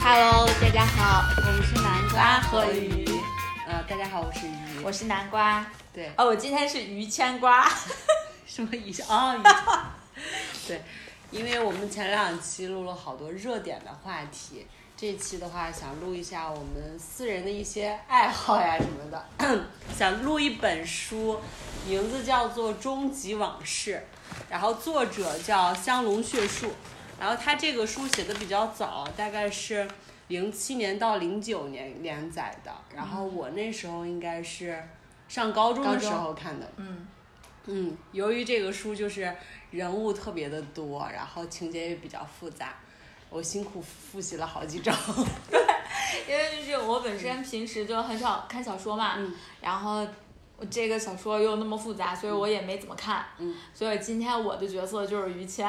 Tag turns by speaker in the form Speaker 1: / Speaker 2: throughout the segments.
Speaker 1: Hello，大家好，我们是南瓜和鱼，
Speaker 2: 呃，大家好，我是鱼。
Speaker 1: 我是南瓜。
Speaker 2: 对
Speaker 1: 哦，我今天是于谦瓜。
Speaker 2: 什么鱼 啊？鱼对，因为我们前两期录了好多热点的话题，这一期的话想录一下我们私人的一些爱好呀什 么的，想录一本书，名字叫做《终极往事》，然后作者叫香龙血树，然后他这个书写的比较早，大概是零七年到零九年连载的，然后我那时候应该是上高中
Speaker 1: 嗯高
Speaker 2: 的
Speaker 1: 中
Speaker 2: 时候看的，
Speaker 1: 嗯，
Speaker 2: 嗯，由于这个书就是人物特别的多，然后情节也比较复杂，我辛苦复习了好几 周。
Speaker 1: 因为就是我本身平时就很少看小说嘛，
Speaker 2: 嗯
Speaker 1: 然后我这个小说又那么复杂，所以我也没怎么看。
Speaker 2: 嗯，
Speaker 1: 所以今天我的角色就是于谦，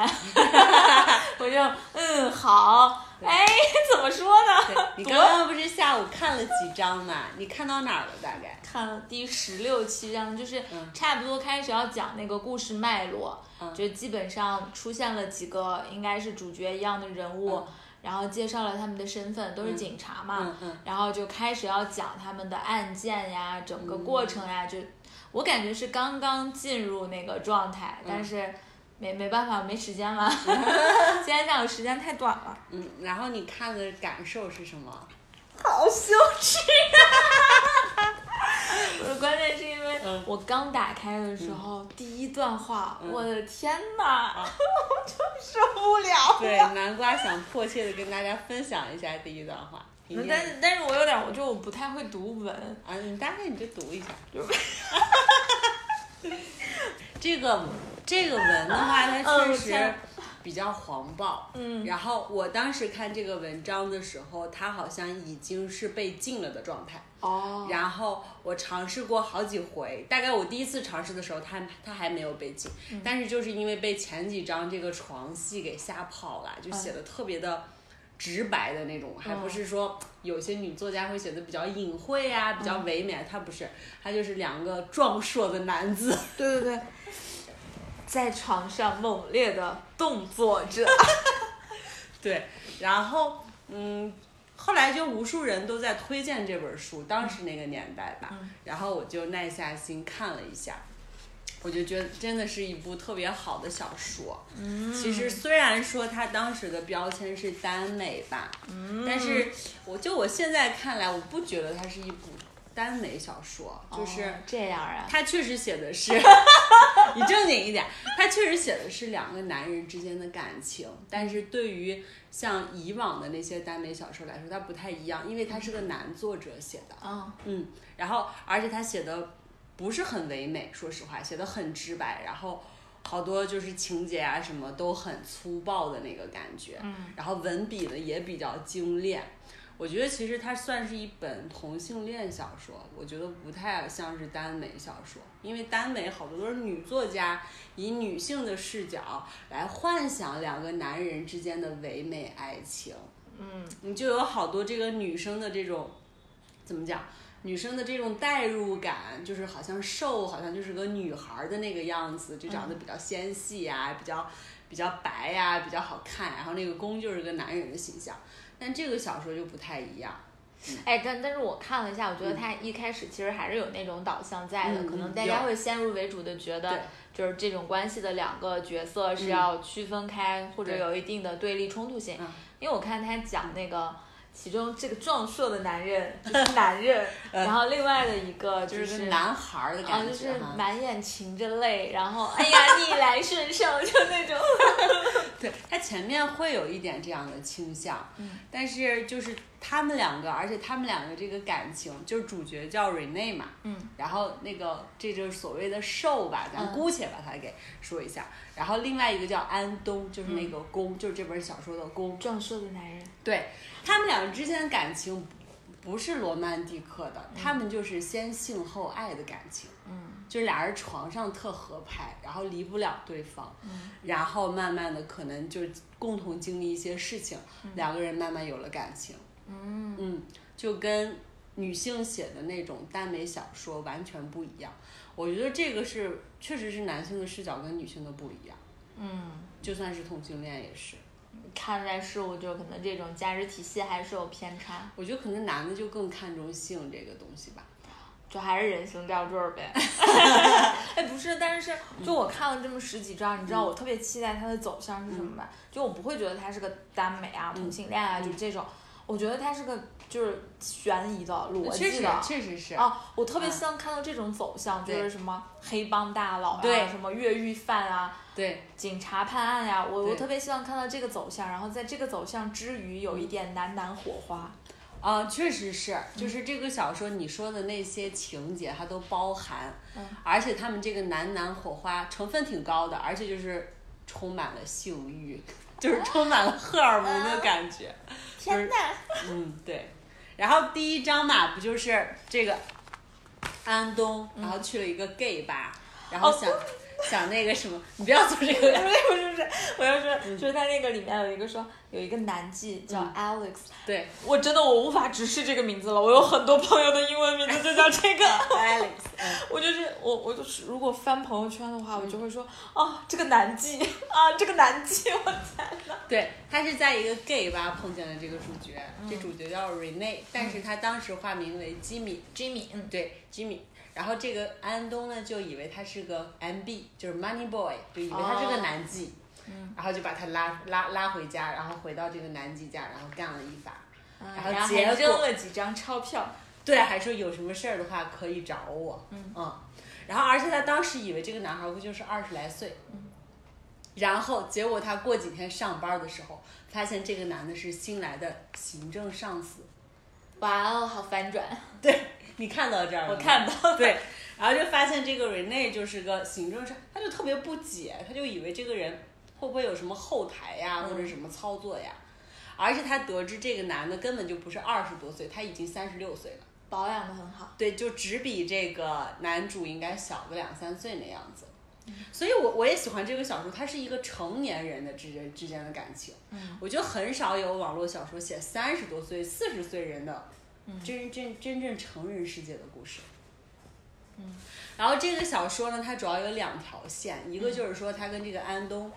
Speaker 1: 我就嗯好，哎怎么说呢？
Speaker 2: 对你刚刚不是下午看了几章嘛？你看到哪儿了？大概？
Speaker 1: 看了第十六期，然后就是
Speaker 2: 嗯
Speaker 1: 差不多开始要讲那个故事脉络，
Speaker 2: 嗯
Speaker 1: 就基本上出现了几个应该是主角一样的人物，
Speaker 2: 嗯
Speaker 1: 然后介绍了他们的身份，都是警察嘛，
Speaker 2: 嗯嗯
Speaker 1: 然后就开始要讲他们的案件呀，整个过程
Speaker 2: 嗯
Speaker 1: 呀，就我感觉是刚刚进入那个状态，但
Speaker 2: 嗯
Speaker 1: 是没没办法，没时间 了，今天下午时间太短了，
Speaker 2: 嗯，然后你看的感受是什么？
Speaker 1: 好羞耻、 我的关键是因为
Speaker 2: 嗯
Speaker 1: 我刚打开的时候，第一段话，
Speaker 2: 嗯啊
Speaker 1: 我的天哪， 我就受不了。
Speaker 2: 对，南瓜想迫切的跟大家分享一下第一段话。你念
Speaker 1: 但是但是我有点，我就我不太会读文，
Speaker 2: 啊，你大概你就读一下。 这个这个文的话，它
Speaker 1: 嗯
Speaker 2: 确
Speaker 1: 我
Speaker 2: 实
Speaker 1: 天
Speaker 2: 比较黄暴。
Speaker 1: 嗯
Speaker 2: 然后我当时看这个文章的时候，它好像已经是被禁了的状态。
Speaker 1: 哦，
Speaker 2: 然后我尝试过好几回，大概我第一次尝试的时候，它它还没有被禁，但是就是因为被前几章这个床戏给吓跑了，就写的特别的直白的那种，还不是说有些女作家会写的比较隐晦啊，比较唯美，它不是，它就是两个壮硕的男子，
Speaker 1: 对对对，在床上猛烈的动作着，
Speaker 2: 对，然后嗯，后来就无数人都在推荐这本书，当时那个年代吧，
Speaker 1: 嗯
Speaker 2: 然后我就耐下心看了一下，我就觉得真的是一部特别好的小说。
Speaker 1: 嗯
Speaker 2: 其实虽然说它当时的标签是耽美吧，
Speaker 1: 嗯
Speaker 2: 但是我就我现在看来，我不觉得它是一部耽美小说，就是。
Speaker 1: 哦这样啊，
Speaker 2: 他确实写的是，你正经一点，他确实写的是两个男人之间的感情，但是对于像以往的那些耽美小说来说，它不太一样，因为他是个男作者写的，
Speaker 1: 嗯
Speaker 2: 嗯，然后而且他写的不是很唯美，说实话，写的很直白，然后好多就是情节啊什么都很粗暴的那个感觉，
Speaker 1: 嗯，
Speaker 2: 然后文笔呢也比较精炼。我觉得其实它算是一本同性恋小说，我觉得不太像是耽美小说，因为耽美好多都是女作家以女性的视角来幻想两个男人之间的唯美爱情，
Speaker 1: 嗯
Speaker 2: 你就有好多这个女生的这种怎么讲，女生的这种代入感，就是好像瘦，好像就是个女孩儿的那个样子，就
Speaker 1: 嗯
Speaker 2: 长得比较纤细呀、比较比较白呀、比较好看，然后那个公就是个男人的形象。但这个小说就不太一样，
Speaker 1: 哎，但但是我看了一下，我觉得他一开始其实还是有那种导向在的，
Speaker 2: 嗯
Speaker 1: 可能
Speaker 2: 嗯
Speaker 1: 大家会先入为主的觉
Speaker 2: 对嗯
Speaker 1: 得，就是这种关系的两个角色是要区分开，或者
Speaker 2: 对
Speaker 1: 有一定的对立冲突性
Speaker 2: 嗯。
Speaker 1: 因为我看他讲那个。其中这个壮硕的男人 就是男人，然后另外的一个
Speaker 2: 嗯就
Speaker 1: 啊就是
Speaker 2: 个男孩儿的
Speaker 1: 啊，
Speaker 2: 感
Speaker 1: 就
Speaker 2: 觉
Speaker 1: 是
Speaker 2: 哈。
Speaker 1: 满眼噙着泪，然 后哎呀逆来顺受，就那种。
Speaker 2: 对，他前面会有一点这样的倾向，
Speaker 1: 嗯
Speaker 2: 但是就是他们两个，而且他们两个这个感情，就是主角叫 Rene 嘛，
Speaker 1: 嗯，
Speaker 2: 然后那个这就是所谓的兽吧，咱
Speaker 1: 嗯
Speaker 2: 姑且把它给说一下。然后另外一个叫安东，就是
Speaker 1: 嗯
Speaker 2: 那个公，就是这本小说的公。
Speaker 1: 壮硕的男人，
Speaker 2: 对他们两个之间的感情不是罗曼蒂克的，他们就是先性后爱的感情。
Speaker 1: 嗯
Speaker 2: 就是俩人床上特合拍，然后离不了对方，
Speaker 1: 嗯
Speaker 2: 然后慢慢的可能就共同经历一些事情，
Speaker 1: 嗯
Speaker 2: 两个人慢慢有了感情，
Speaker 1: 嗯
Speaker 2: 嗯，就跟女性写的那种耽美小说完全不一样。我觉得这个是确实是男性的视角跟女性的不一样，
Speaker 1: 嗯
Speaker 2: 就算是同性恋也是，
Speaker 1: 看待事物，就是可能这种价值体系还是有偏差，
Speaker 2: 我觉得可能男的就更看重性这个东西吧。
Speaker 1: 就还是人形吊坠儿呗。 哎，不是，但是就我看了这么十几张，你知道我特别期待它的走向是什么吧？就我不会觉得它是个耽美啊、同性恋啊，就这种，我觉得它是个就是悬疑的、逻
Speaker 2: 确
Speaker 1: 辑
Speaker 2: 实
Speaker 1: 的。
Speaker 2: 确实是，
Speaker 1: 哦，我特别希望看到这种走向，就
Speaker 2: 对
Speaker 1: 是什么黑帮大佬
Speaker 2: 对
Speaker 1: 啊，什么越狱犯啊，
Speaker 2: 对
Speaker 1: 警察判案呀、我
Speaker 2: 对
Speaker 1: 我特别希望看到这个走向，然后在这个走向之余有一点男男火花。
Speaker 2: 啊、确实是，就是这个小说你说的那些情节，它都包含，
Speaker 1: 嗯
Speaker 2: 而且他们这个男男火花成分挺高的，而且就是充满了性欲，就是充满了荷尔蒙的感觉。天
Speaker 1: 哪！
Speaker 2: 嗯，对。然后第一章嘛，不就是这个安东，然后去了一个 gay 吧，然后想、想那个什么，你不要做这
Speaker 1: 不是
Speaker 2: 个，
Speaker 1: 不是不是，我要说，就是他那个里面有一个说有一个男妓叫
Speaker 2: 嗯
Speaker 1: Alex，、
Speaker 2: 对
Speaker 1: 我真的我无法直视这个名字了。我有很多朋友的英文名字就叫这 个，
Speaker 2: ，Alex，嗯
Speaker 1: 我就是我我就是如果翻朋友圈的话，我就会说啊这个男妓啊这个男妓，我天呐。
Speaker 2: 对他是在一个 gay 吧碰见了这个主角，
Speaker 1: 嗯
Speaker 2: 这主角叫 Rene，但是他当时化名为 Jimmy，
Speaker 1: Jimmy，嗯，
Speaker 2: 对 Jimmy。然后这个安东呢，就以为他是个 MB，就是 Money Boy，就以为他是个
Speaker 1: 哦
Speaker 2: 男妓，
Speaker 1: 嗯
Speaker 2: 然后就把他拉拉拉回家，然后回到这个男妓家，然后干了一把。
Speaker 1: 嗯
Speaker 2: 然后
Speaker 1: 然后
Speaker 2: 结
Speaker 1: 还
Speaker 2: 果
Speaker 1: 扔了几张钞票，
Speaker 2: 对，还说有什么事儿的话可以找我。
Speaker 1: 嗯
Speaker 2: 然后而且他当时以为这个男孩估计就是二十来岁。
Speaker 1: 嗯
Speaker 2: 然后结果他过几天上班的时候，发现这个男的是新来的行政上司。
Speaker 1: 哇哦，好反转，
Speaker 2: 对，你看到这儿了吗？
Speaker 1: 我看到了。
Speaker 2: 对，然后就发现这个 Rene 就是个行政上，他就特别不解，他就以为这个人会不会有什么后台呀，
Speaker 1: 嗯
Speaker 2: 或者什么操作呀？而且他得知这个男的根本就不是二十多岁，他已经三十六岁了。
Speaker 1: 保养的很好。
Speaker 2: 对，就只比这个男主应该小个两三岁那样子。所以我，我也喜欢这个小说，它是一个成年人的之间之间的感情。
Speaker 1: 嗯，
Speaker 2: 我觉得很少有网络小说写三十多岁、四十岁人的
Speaker 1: 嗯
Speaker 2: 真真真正成人世界的故事。
Speaker 1: 嗯，
Speaker 2: 然后这个小说呢，它主要有两条线，一个就是说他跟这个安东。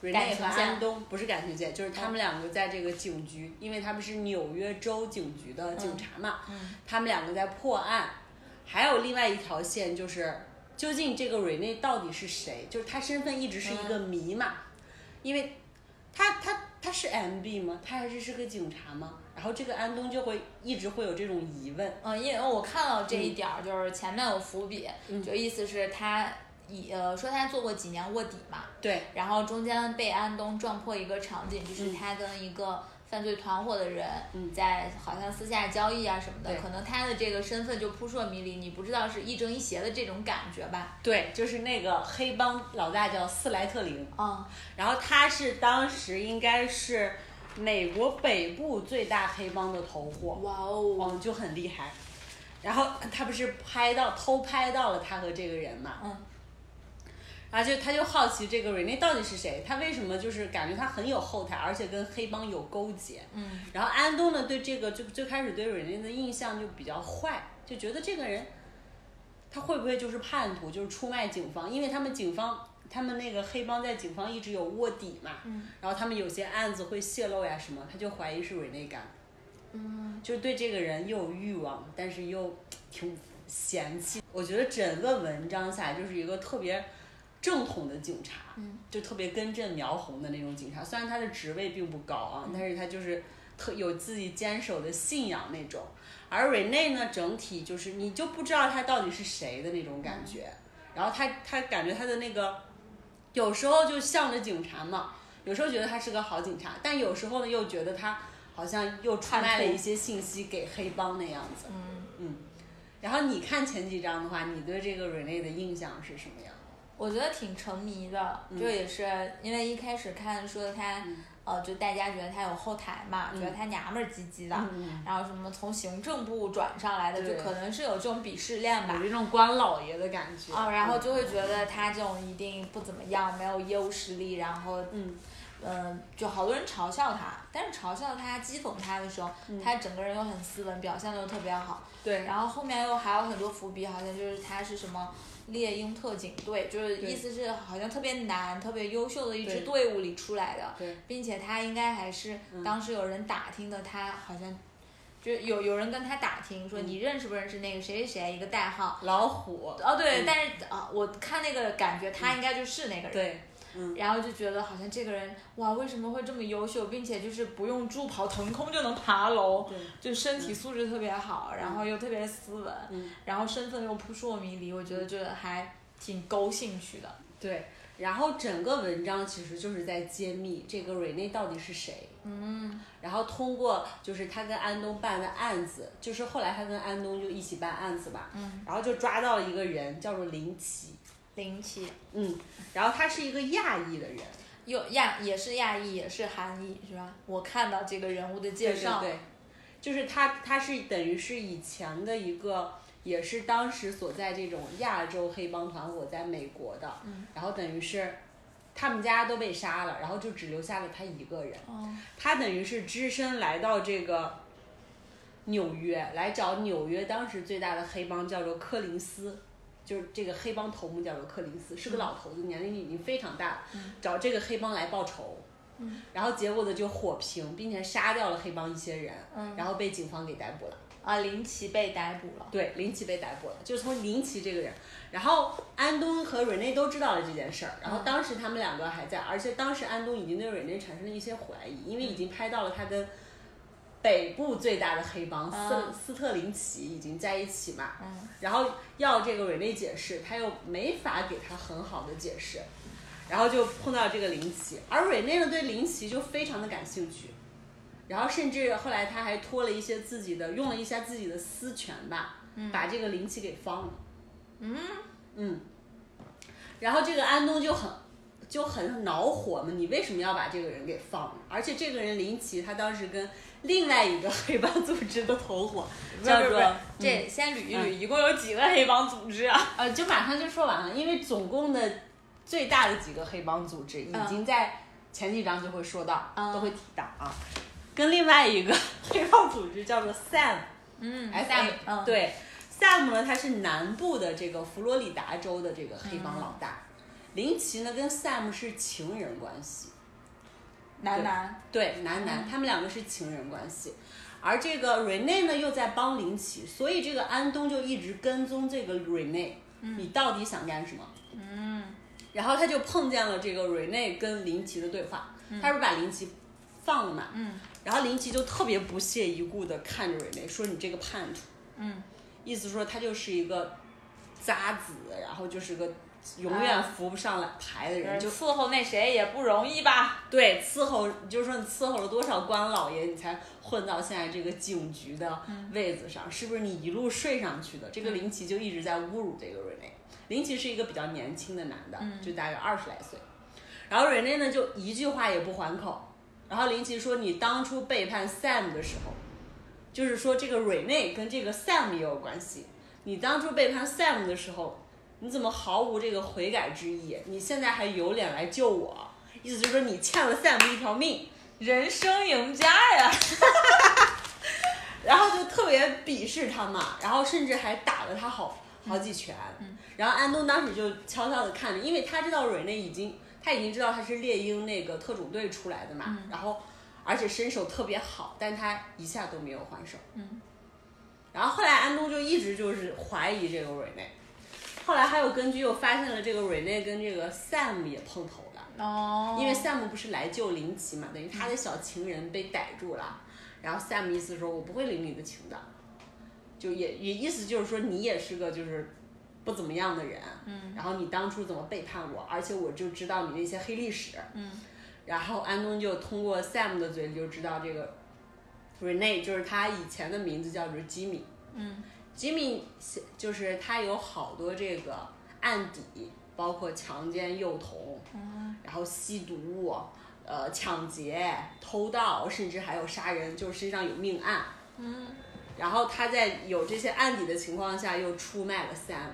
Speaker 1: 嗯感
Speaker 2: Rene 和
Speaker 1: 情线
Speaker 2: 安东不是感情线，就是他们两个在这个警局，因为他们是纽约州警局的警察嘛，
Speaker 1: 嗯
Speaker 2: 他们两个在破案，还有另外一条线就是，究竟这个瑞内到底是谁？就是他身份一直是一个
Speaker 1: 嗯
Speaker 2: 谜嘛，因为他他他是 MB 吗？他还是是个警察吗？然后这个安东就会一直会有这种疑问，
Speaker 1: 嗯，因为我看到这一点儿，就是前面有伏笔，
Speaker 2: 嗯
Speaker 1: 就意思是他以呃说他做过几年卧底嘛，
Speaker 2: 对
Speaker 1: 然后中间被安东撞破一个场景，就是
Speaker 2: 嗯
Speaker 1: 他跟一个犯罪团伙的人
Speaker 2: 嗯
Speaker 1: 在好像私下交易啊什么的，
Speaker 2: 对
Speaker 1: 可能他的这个身份就扑朔迷离，你不知道是一正一邪的这种感觉吧？
Speaker 2: 对，就是那个黑帮老大叫斯莱特林，
Speaker 1: 嗯
Speaker 2: 然后他是当时应该是美国北部最大黑帮的头获，
Speaker 1: 哇哦，
Speaker 2: 嗯，就很厉害。然后他不是拍到偷拍到了他和这个人嘛，
Speaker 1: 嗯
Speaker 2: 然后就他就好奇这个 Rene 到底是谁，他为什么就是感觉他很有后台，而且跟黑帮有勾结。
Speaker 1: 嗯
Speaker 2: 然后安东呢对这个就最开始对 Rene 的印象就比较坏，就觉得这个人他会不会就是叛徒，就是出卖警方，因为他们警方他们那个黑帮在警方一直有卧底嘛，
Speaker 1: 嗯
Speaker 2: 然后他们有些案子会泄露呀什么，他就怀疑是 Rene 干的。
Speaker 1: 嗯，
Speaker 2: 就是对这个人又有欲望，但是又挺嫌弃。我觉得整个文章下来就是一个特别正统的警察，
Speaker 1: 嗯
Speaker 2: 就特别根正苗红的那种警察。虽然他的职位并不高啊，但是他就是特有自己坚守的信仰那种。而瑞内呢，整体就是你就不知道他到底是谁的那种感觉。然后他他感觉他的那个有时候就向着警察嘛，有时候觉得他是个好警察，但有时候呢又觉得他好像又出卖了一些信息给黑帮那样子。
Speaker 1: 嗯，
Speaker 2: 然后你看前几章的话，你对这个 Rene 的印象是什么样？
Speaker 1: 我觉得挺沉迷的，
Speaker 2: 嗯
Speaker 1: 就也是因为一开始看说他，
Speaker 2: 嗯
Speaker 1: 呃，就大家觉得他有后台嘛，
Speaker 2: 嗯
Speaker 1: 觉得他娘们儿唧唧的。
Speaker 2: 嗯，
Speaker 1: 然后什么从行政部转上来的，
Speaker 2: 对
Speaker 1: 就可能是有这种鄙视链吧
Speaker 2: 有。一种官老爷的感觉。嗯
Speaker 1: 啊，然后就会觉得他这种一定不怎么样，没有业务实力，然后
Speaker 2: 嗯，
Speaker 1: 嗯，就好多人嘲笑他，但是嘲笑他、讥讽他的时候，他整个人又很斯文，表现的又特别好。
Speaker 2: 嗯对，
Speaker 1: 然后后面又还有很多伏笔，好像就是他是什么猎鹰特警队，就是
Speaker 2: 对
Speaker 1: 意思是好像特别难、特别优秀的一支
Speaker 2: 对
Speaker 1: 队伍里出来的，
Speaker 2: 对
Speaker 1: 并且他应该还是
Speaker 2: 嗯
Speaker 1: 当时有人打听的，他好像就是有有人跟他打听说
Speaker 2: 嗯
Speaker 1: 你认识不认识那个谁谁谁一个代号。
Speaker 2: 老虎，
Speaker 1: 哦，对，
Speaker 2: 嗯
Speaker 1: 但是啊，我看那个感觉，他应该就是那个人，
Speaker 2: 对，嗯，
Speaker 1: 然后就觉得好像这个人哇，为什么会这么优秀，并且就是不用助跑腾空就能爬楼，
Speaker 2: 对，
Speaker 1: 就身体素质特别好，然后又特别斯文，
Speaker 2: 嗯
Speaker 1: 然后身份又扑朔迷离，我觉得这还挺勾兴趣的。
Speaker 2: 对。然后整个文章其实就是在揭秘这个瑞内到底是谁，
Speaker 1: 嗯，
Speaker 2: 然后通过就是他跟安东办的案子，就是后来他跟安东就一起办案子嘛，
Speaker 1: 嗯，
Speaker 2: 然后就抓到了一个人叫做林奇，
Speaker 1: 林奇
Speaker 2: 嗯，然后他是一个亚裔的人，
Speaker 1: 又亚也是亚裔，也是韩裔是吧？我看到这个人物的介绍，
Speaker 2: 对对对，就是他，他是等于是以前的一个，也是当时所在这种亚洲黑帮团伙在美国的，
Speaker 1: 嗯
Speaker 2: 然后等于是他们家都被杀了，然后就只留下了他一个人，
Speaker 1: 哦，
Speaker 2: 他等于是只身来到这个纽约，来找纽约当时最大的黑帮叫做柯林斯。就是这个黑帮头目叫做柯林斯，是个
Speaker 1: 嗯
Speaker 2: 老头子，年龄已经非常大了
Speaker 1: 嗯，
Speaker 2: 找这个黑帮来报仇，
Speaker 1: 嗯
Speaker 2: 然后结果呢就火拼，并且杀掉了黑帮一些人，
Speaker 1: 嗯，
Speaker 2: 然后被警方给逮捕了。
Speaker 1: 啊，林奇被逮捕了，
Speaker 2: 对，林奇被逮捕了，就是从林奇这个人。然后安东和瑞内都知道了这件事儿，然后
Speaker 1: 嗯
Speaker 2: 当时他们两个还在，而且当时安东已经对瑞内产生了一些怀疑，因为
Speaker 1: 嗯
Speaker 2: 已经拍到了他跟北部最大的黑帮斯、
Speaker 1: 嗯
Speaker 2: 斯特林奇已经在一起嘛，
Speaker 1: 嗯
Speaker 2: 然后要这个瑞内解释，他又没法给他很好的解释，然后就碰到这个林奇，而瑞内呢对林奇就非常的感兴趣，然后甚至后来他还托了一些自己的，用了一下自己的私权吧，
Speaker 1: 嗯
Speaker 2: 把这个林奇给放了，
Speaker 1: 嗯
Speaker 2: 嗯，然后这个安东就很。就很恼火嘛，你为什么要把这个人给放了？而且这个人林奇，他当时跟另外一个 黑帮组织的头伙叫
Speaker 1: 不是不
Speaker 2: 做嗯
Speaker 1: 是这先捋一捋，一共有几个黑帮组织啊？
Speaker 2: 呃，就马上就说完了，因为总共的最大的几个黑帮组织已
Speaker 1: 嗯
Speaker 2: 经在前几章就会说到，
Speaker 1: 嗯
Speaker 2: 都会提到啊。跟另外一个 黑帮组织叫做 Sam，S
Speaker 1: 嗯
Speaker 2: A，、
Speaker 1: 嗯，
Speaker 2: 对，Sam 呢，他是南部的这个佛罗里达州的这个黑帮老大。
Speaker 1: 嗯
Speaker 2: 林奇呢跟 Sam 是情人关系，
Speaker 1: 嗯男男，
Speaker 2: 对，男男，他们两个是情人关系。而这个 Rene 呢又在帮林奇，所以这个安东就一直跟踪这个 Rene，、你到底想干什么？
Speaker 1: 嗯
Speaker 2: 然后他就碰见了这个瑞内跟林奇的对话，他不是把林奇放了嘛，
Speaker 1: 嗯
Speaker 2: 然后林奇就特别不屑一顾的看着瑞内，说你这个叛徒，
Speaker 1: 嗯，
Speaker 2: 意思说他就是一个渣子，然后就是个永远扶不上来台的人，就
Speaker 1: 就伺候那谁也不容易吧？
Speaker 2: 对伺候，就是说你伺候了多少官老爷，你才混到现在这个警局的位子上，是不是你一路睡上去的？这个林奇就一直在侮辱这个瑞内。林奇是一个比较年轻的男的，就大概二十来岁。然后瑞内呢，就一句话也不还口。然后林奇说：“你当初背叛 Sam 的时候，就是说这个瑞内跟这个 Sam 也有关系。你当初背叛 Sam 的时候，你怎么毫无这个悔改之意？你现在还有脸来救我？意思就是说你欠了 Sam 一条命。”
Speaker 1: 人生赢家呀！
Speaker 2: 然后就特别鄙视他嘛，然后甚至还打了他好好几拳。然后安东当时就悄悄的看着，因为他知道瑞内已经他已经知道他是猎鹰那个特种队出来的嘛，然后而且身手特别好，但他一下都没有还手。
Speaker 1: 嗯，
Speaker 2: 然后后来安东就一直就是怀疑这个瑞内，后来还有根据又发现了这个瑞内跟这个 Sam 也碰头了。
Speaker 1: 哦，
Speaker 2: 因为 Sam 不是来救林奇嘛，等于他的小情人被逮住了，然后 Sam 意思说我不会领你的情的，就也也意思就是说你也是个就是不怎么样的人，
Speaker 1: 嗯，
Speaker 2: 然后你当初怎么背叛我，而且我就知道你那些黑历史，
Speaker 1: 嗯，
Speaker 2: 然后安东就通过 Sam 的嘴里就知道这个 Rene 就是他以前的名字叫做 Jimmy，
Speaker 1: 嗯
Speaker 2: Jimmy 是就是他有好多这个案底，包括强奸幼童，
Speaker 1: 嗯
Speaker 2: 然后吸毒，呃，抢劫、偷盗，甚至还有杀人，就是身上有命案。
Speaker 1: 嗯
Speaker 2: 然后他在有这些案底的情况下，又出卖了 Sam，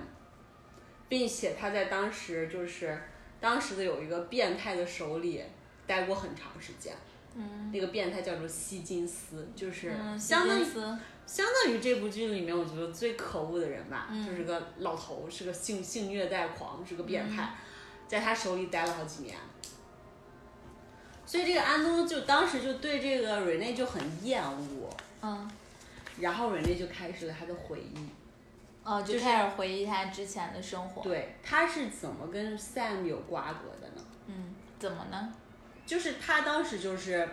Speaker 2: 并且他在当时就是当时的有一个变态的手里待过很长时间。
Speaker 1: 嗯
Speaker 2: 那个变态叫做希金斯，就是
Speaker 1: 嗯，
Speaker 2: 相当于
Speaker 1: 希金斯
Speaker 2: 相当于这部剧里面，我觉得最可恶的人吧，
Speaker 1: 嗯
Speaker 2: 就是个老头，是个性性虐待狂，是个变态，在他手里待了好几年。所以这个安东就当时就对这个瑞内就很厌恶，
Speaker 1: 嗯
Speaker 2: 然后瑞内就开始了他的回忆，
Speaker 1: 哦，就
Speaker 2: 就是
Speaker 1: 开始回忆他之前的生活。
Speaker 2: 对他是怎么跟 Sam 有瓜葛的呢？
Speaker 1: 嗯，怎么呢？
Speaker 2: 就是他当时就是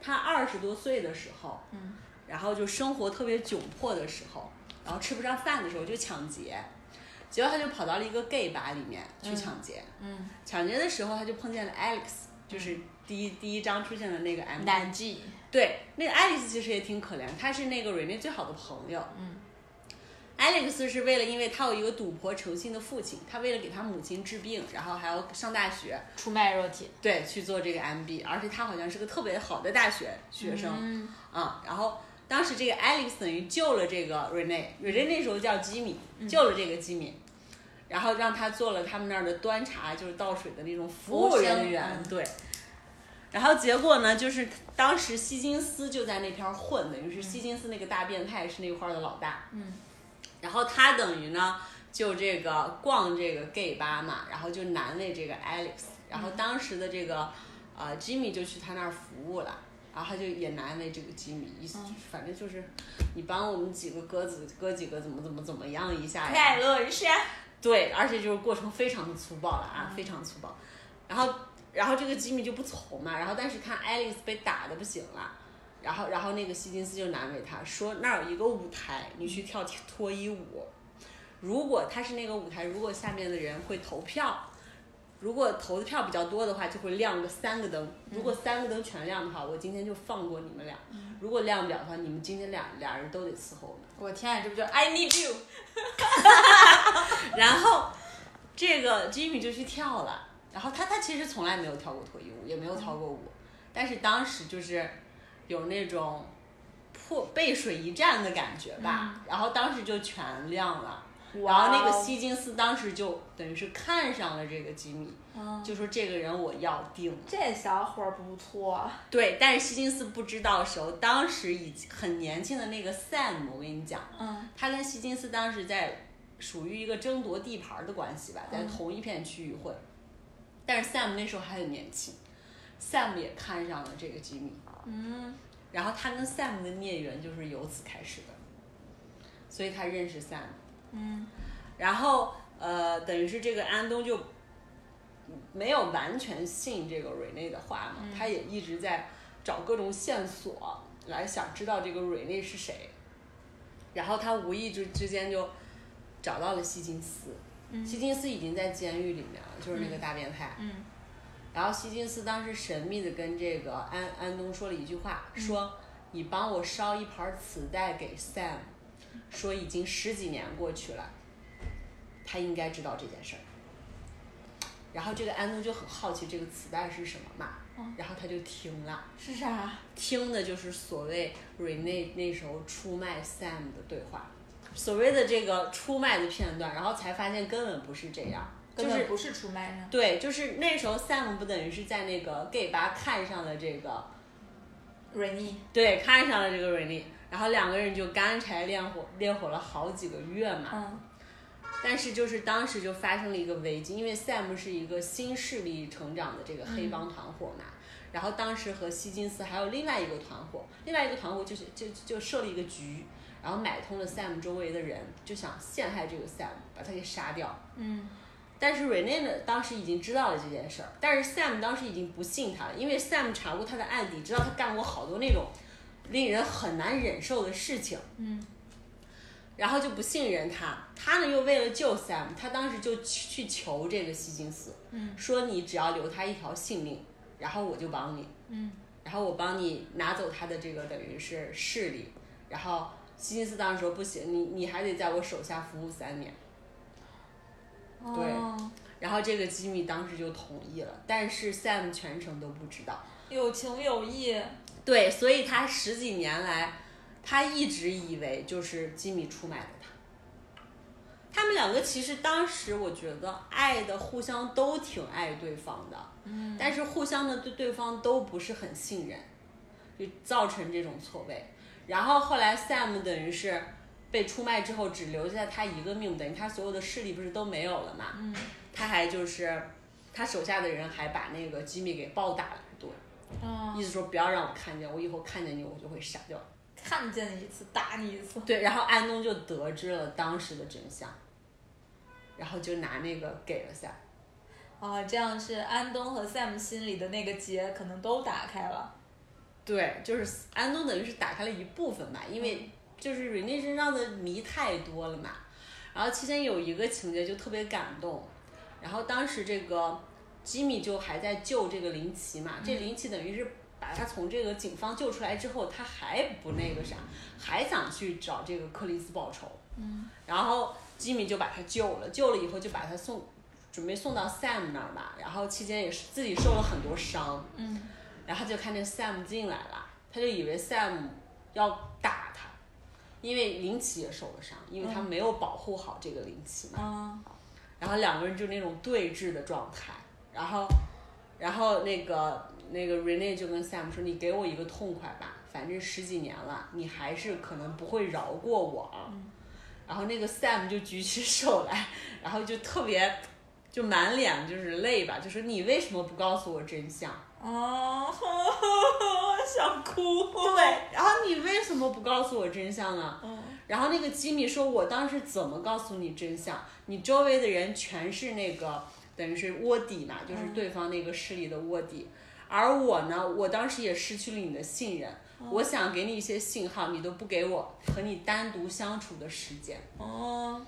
Speaker 2: 他二十多岁的时候，
Speaker 1: 嗯，
Speaker 2: 然后就生活特别窘迫的时候，然后吃不上饭的时候就抢劫，结果他就跑到了一个 gay 吧里面去抢劫，
Speaker 1: 嗯，
Speaker 2: 抢劫的时候他就碰见了 Alex，就是第一、第一章出现的那个 M，
Speaker 1: 男 G，
Speaker 2: 对，那个 Alex 其实也挺可怜，他是那个 Rene 最好的朋友，
Speaker 1: 嗯。
Speaker 2: Alex 是为了，因为他有一个赌博成性的父亲，他为了给他母亲治病，然后还要上大学，
Speaker 1: 出卖肉体
Speaker 2: 对，去做这个 MB，而且他好像是个特别好的大学学生
Speaker 1: 嗯
Speaker 2: 啊、然后当时这个 Alex 等于救了这个 Rene，Rene 那时候叫吉米，救了这个吉米，然后让他做了他们那儿的端茶，就是倒水的那种服务人员。
Speaker 1: 服务生嗯
Speaker 2: 对。然后结果呢，就是当时希金斯就在那片儿混，等于是希金斯那个大变态是那块儿的老大。
Speaker 1: 嗯。
Speaker 2: 然后他等于呢，就这个逛这个 gay 吧嘛，然后就难为这个 Alex，然后当时的这个呃 Jimmy 就去他那儿服务了。然后他就也难为这个吉米，意思就是反正就是，你帮我们几个哥子哥几个怎么怎么怎么样一下呀，
Speaker 1: 快乐人生。
Speaker 2: 对，而且就是过程非常的粗暴了啊，非常粗暴。然后，然后这个吉米就不从嘛，然后但是看 Alice 被打的不行了，然后然后那个希金斯就难为他说那儿有一个舞台，你去跳脱衣舞。如果他是那个舞台，如果下面的人会投票，如果投的票比较多的话，就会亮个三个灯。如果三个灯全亮的话，我今天就放过你们俩；如果亮不了的话，你们今天俩俩人都得伺候我们。
Speaker 1: 我天啊，这不就是 I need you？
Speaker 2: 然后这个 Jimmy 就去跳了，然后他他其实从来没有跳过脱衣舞，也没有跳过舞，但是当时就是有那种破背水一战的感觉吧，然后当时就全亮了。然
Speaker 1: 哦
Speaker 2: 后那个希金斯当时就等于是看上了这个吉米，
Speaker 1: 嗯，
Speaker 2: 就说这个人我要定了。
Speaker 1: 这小伙儿不错。
Speaker 2: 对，但是希金斯不知道的时候，当时已经很年轻的那个 Sam，我跟你讲，
Speaker 1: 嗯
Speaker 2: 他跟希金斯当时在属于一个争夺地盘儿的关系吧，在同一片区域混。但是 Sam 那时候还很年轻，Sam 也看上了这个吉米，
Speaker 1: 嗯
Speaker 2: 然后他跟 Sam 的孽缘就是由此开始的，所以他认识 Sam，
Speaker 1: 嗯
Speaker 2: 然后呃，等于是这个安东就没有完全信这个瑞内的话嘛，他也一直在找各种线索来想知道这个瑞内是谁，然后他无意之之间就找到了希金斯，希金斯已经在监狱里面了，就是那个大变态。
Speaker 1: 嗯
Speaker 2: 然后希金斯当时神秘的跟这个安安东说了一句话，说你帮我捎一盘磁带给 Sam，说已经十几年过去了，他应该知道这件事儿。然后这个安东就很好奇这个磁带是什么嘛，
Speaker 1: 嗯
Speaker 2: 然后他就听了，
Speaker 1: 是啥？
Speaker 2: 听的就是所谓瑞内那时候出卖 Sam 的对话，所谓的这个出卖的片段，然后才发现根本不是这样，就
Speaker 1: 根
Speaker 2: 是
Speaker 1: 本不是出卖人。
Speaker 2: 对，就是那时候 Sam 不等于是在那个 gay 吧看上了这个，
Speaker 1: 瑞妮，
Speaker 2: 对，看上了这个 Rainy，然后两个人就干柴烈火烈火了好几个月嘛。
Speaker 1: 嗯
Speaker 2: 但是就是当时就发生了一个危机，因为 Sam 是一个新势力成长的这个黑帮团伙嘛。然后当时和希金斯还有另外一个团伙，另外一个团伙就是就就设了一个局，然后买通了 Sam 周围的人，就想陷害这个 Sam，把他给杀掉。
Speaker 1: 嗯
Speaker 2: 但是 Rene 呢，当时已经知道了这件事儿，但是 Sam 当时已经不信他了，因为 Sam 查过他的案底，知道他干过好多那种令人很难忍受的事情，
Speaker 1: 嗯
Speaker 2: 然后就不信任他。他呢又为了救 Sam，他当时就去去求这个希金斯，
Speaker 1: 嗯
Speaker 2: 说你只要留他一条性命，然后我就帮你，
Speaker 1: 嗯
Speaker 2: 然后我帮你拿走他的这个等于是势力。然后希金斯当时说不行，你你还得在我手下服务三年。对
Speaker 1: 哦
Speaker 2: 然后这个吉米当时就同意了，但是 Sam 全程都不知道。
Speaker 1: 有情有义。
Speaker 2: 对，所以他十几年来，他一直以为就是吉米出卖了他。他们两个其实当时我觉得爱的互相都挺爱对方的，
Speaker 1: 嗯
Speaker 2: 但是互相的对对方都不是很信任。就造成这种错位。然后后来 Sam 等于是被出卖之后，只留下他一个命，等于他所有的势力不是都没有了嘛？
Speaker 1: 嗯，
Speaker 2: 他还就是他手下的人还把那个吉米给暴打了一顿，
Speaker 1: 嗯，
Speaker 2: 意思说不要让我看见，我以后看见你我就会杀掉你。
Speaker 1: 看见你一次打你一次，
Speaker 2: 对，然后安东就得知了当时的真相，然后就拿那个给了下。
Speaker 1: 哦，这样是安东和 Sam 心里的那个结可能都打开了，
Speaker 2: 对，就是安东等于是打开了一部分吧，因为就是 Rene 身上的谜太多了嘛。然后期间有一个情节就特别感动，然后当时这个吉米就还在救这个林奇嘛，这林奇等于是把他从这个警方救出来之后，他还不那个啥，还想去找这个克里斯报仇。
Speaker 1: 嗯，
Speaker 2: 然后吉米就把他救了，救了以后就把他送，准备送到 Sam 那儿嘛。然后期间也是自己受了很多伤，
Speaker 1: 嗯，
Speaker 2: 然后就看见 Sam 进来了，他就以为 Sam 要打他，因为林奇也受了伤，因为他没有保护好这个林奇嘛。
Speaker 1: 嗯，
Speaker 2: 然后两个人就那种对峙的状态，然后，然后那个那个 Rene 就跟 Sam 说：“你给我一个痛快吧，反正十几年了，你还是可能不会饶过我啊。然后那个 Sam 就举起手来，然后就特别，就满脸就是泪吧，就说：“你为什么不告诉我真相？”
Speaker 1: 哦， 我想哭，
Speaker 2: 对，然后你为什么不告诉我真相啊？
Speaker 1: 嗯，
Speaker 2: 然后那个吉米说，我当时怎么告诉你真相？你周围的人全是那个等于是卧底嘛，就是对方那个势力的卧底。而我呢，我当时也失去了你的信任，我想给你一些信号，你都不给我和你单独相处的时间。
Speaker 1: 哦，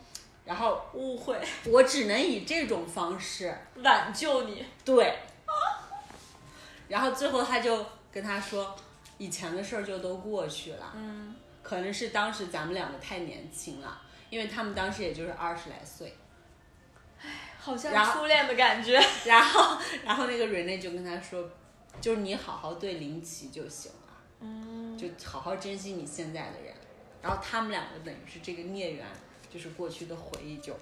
Speaker 2: 然后
Speaker 1: 误会，
Speaker 2: 我只能以这种方式
Speaker 1: 挽救你，
Speaker 2: 对，然后最后他就跟他说，以前的事儿就都过去了。
Speaker 1: 嗯，
Speaker 2: 可能是当时咱们两个太年轻了，因为他们当时也就是二十来岁。
Speaker 1: 好像
Speaker 2: 然后
Speaker 1: 初恋的感觉，
Speaker 2: 然后， 然后那个 Rene 就跟他说，就是你好好对林奇就行了，
Speaker 1: 嗯，
Speaker 2: 就好好珍惜你现在的人。然后他们两个等于是这个孽缘，就是过去的回忆就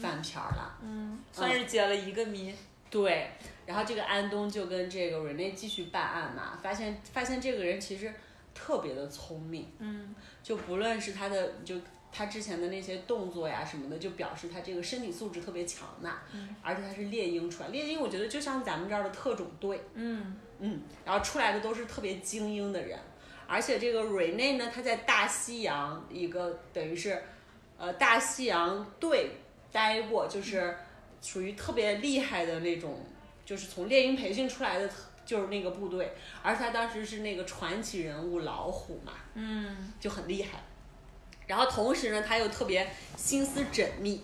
Speaker 2: 翻篇儿了。
Speaker 1: 嗯，算是解了一个谜，
Speaker 2: 对，然后这个安东就跟这个 Rene 继续办案嘛，发现发现这个人其实特别的聪明。
Speaker 1: 嗯
Speaker 2: 就不论是他的就他之前的那些动作呀什么的，就表示他这个身体素质特别强嘛。
Speaker 1: 嗯
Speaker 2: 而且他是猎鹰出来，猎鹰我觉得就像咱们这儿的特种队，
Speaker 1: 嗯
Speaker 2: 嗯，然后出来的都是特别精英的人。而且这个瑞内呢，他在大西洋一个等于是，呃，大西洋队待过，就是属于特别厉害的那种，就是从猎鹰培训出来的，就是那个部队。而且他当时是那个传奇人物老虎嘛，
Speaker 1: 嗯，
Speaker 2: 就很厉害。然后同时呢，他又特别心思缜密，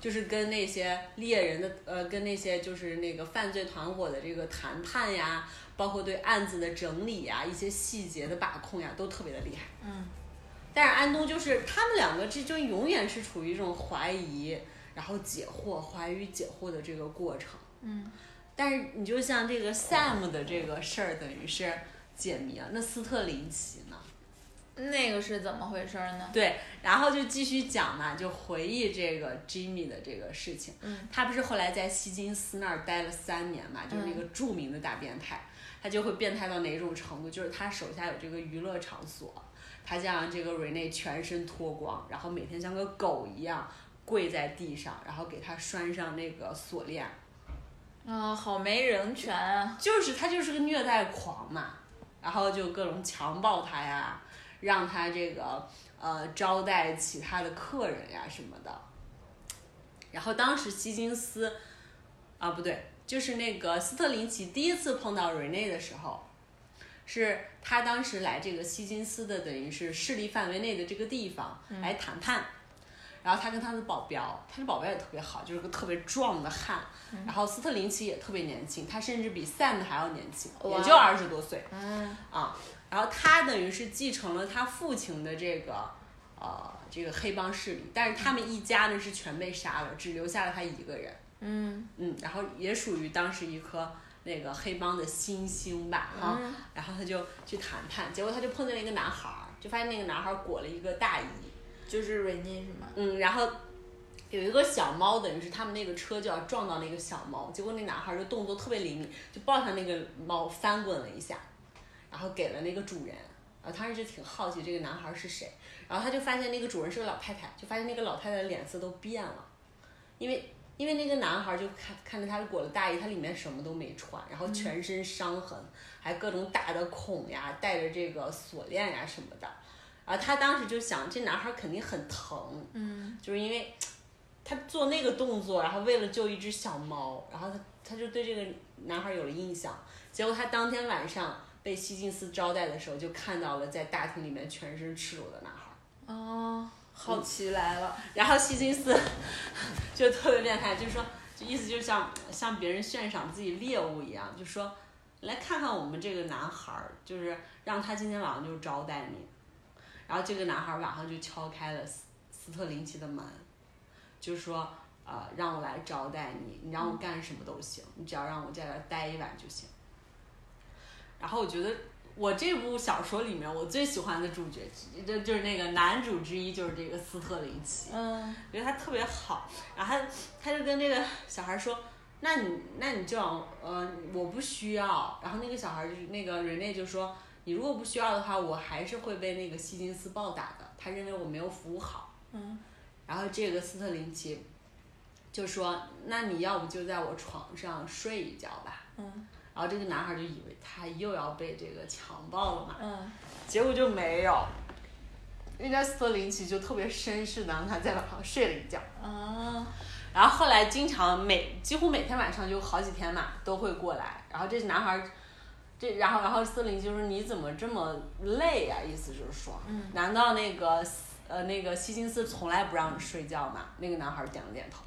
Speaker 2: 就是跟那些猎人的呃，跟那些就是那个犯罪团伙的这个谈判呀，包括对案子的整理呀，一些细节的把控呀，都特别的厉害。
Speaker 1: 嗯。
Speaker 2: 但是安东就是他们两个之间永远是处于一种怀疑，然后解惑、怀疑解惑的这个过程。
Speaker 1: 嗯，
Speaker 2: 但是你就像这个 Sam 的这个事儿，等于是解谜啊。那斯特林奇呢？
Speaker 1: 那个是怎么回事呢？
Speaker 2: 对，然后就继续讲嘛，就回忆这个 Jimmy 的这个事情。
Speaker 1: 嗯，
Speaker 2: 他不是后来在希金斯那儿待了三年嘛，就是那个著名的大变态。他就会变态到哪种程度？就是他手下有这个娱乐场所，他就让这个瑞内全身脱光，然后每天像个狗一样跪在地上，然后给他拴上那个锁链。
Speaker 1: 啊，好没人权啊！
Speaker 2: 就是他就是个虐待狂嘛，然后就各种强暴他呀，让他这个呃招待其他的客人呀什么的。然后当时希金斯，啊不对，就是那个斯特林奇第一次碰到瑞内的时候，是他当时来这个希金斯的等于是势力范围内的这个地方
Speaker 1: 嗯
Speaker 2: 来谈判。然后他跟他的保镖，他的保镖也特别好，就是个特别壮的汉。
Speaker 1: 嗯
Speaker 2: 然后斯特林奇也特别年轻，他甚至比 Sam 还要年轻，
Speaker 1: 哇
Speaker 2: 也就二十多岁
Speaker 1: 嗯
Speaker 2: 啊。然后他等于是继承了他父亲的这个呃这个黑帮势力，但是他们一家呢是全被杀了，只留下了他一个人。
Speaker 1: 嗯
Speaker 2: 嗯，然后也属于当时一颗那个黑帮的新星吧，哈、
Speaker 1: 嗯
Speaker 2: 然后他就去谈判，结果他就碰见了一个男孩儿，就发现那个男孩儿裹了一个大衣，
Speaker 1: 就是瑞妮是吗？
Speaker 2: 嗯，然后有一个小猫，等于是他们那个车就要撞到那个小猫，结果那男孩儿就动作特别灵敏，就抱上那个猫翻滚了一下，然后给了那个主人。然后当时就挺好奇这个男孩是谁，然后他就发现那个主人是个老太太，就发现那个老太太的脸色都变了，因为因为那个男孩就看看着他裹了大衣，他里面什么都没穿，然后全身伤痕，还各种大的孔呀，带着这个锁链呀什么的，然后他当时就想，这男孩肯定很疼，
Speaker 1: 嗯，
Speaker 2: 就是因为他做那个动作，然后为了救一只小猫，然后他他就对这个男孩有了印象。结果他当天晚上被希金斯招待的时候，就看到了在大厅里面全身赤裸的男孩。
Speaker 1: 哦，好奇来了，
Speaker 2: 然后希金斯就特别变态，就说，就意思就像向别人炫赏自己猎物一样，就说，来看看我们这个男孩儿，就是让他今天晚上就招待你。然后这个男孩儿晚上就敲开了斯斯特林奇的门，就说，呃，让我来招待你，你让我干什么都行，你只要让我在这儿待一晚就行。然后我觉得。我这部小说里面，我最喜欢的主角，就就是那个男主之一，就是这个斯特林奇。
Speaker 1: 嗯，
Speaker 2: 觉得他特别好，然后他他就跟这个小孩说，那你那你就往呃我不需要，然后那个小孩就是那个人类就说，你如果不需要的话，我还是会被那个希金斯暴打的，他认为我没有服务好，
Speaker 1: 嗯，
Speaker 2: 然后这个斯特林奇就说，那你要不就在我床上睡一觉吧，
Speaker 1: 嗯，
Speaker 2: 然后这个男孩就以为他又要被这个强暴了嘛，
Speaker 1: 嗯，
Speaker 2: 结果就没有，人家斯特林奇就特别绅士的让他在晚上睡了一觉。
Speaker 1: 啊，
Speaker 2: 然后后来经常每几乎每天晚上就好几天嘛都会过来，然后这男孩儿，这然后然后斯林就说你怎么这么累呀、意思就是说，
Speaker 1: 嗯
Speaker 2: 难道那个呃那个希金斯从来不让你睡觉吗？那个男孩儿点了点头，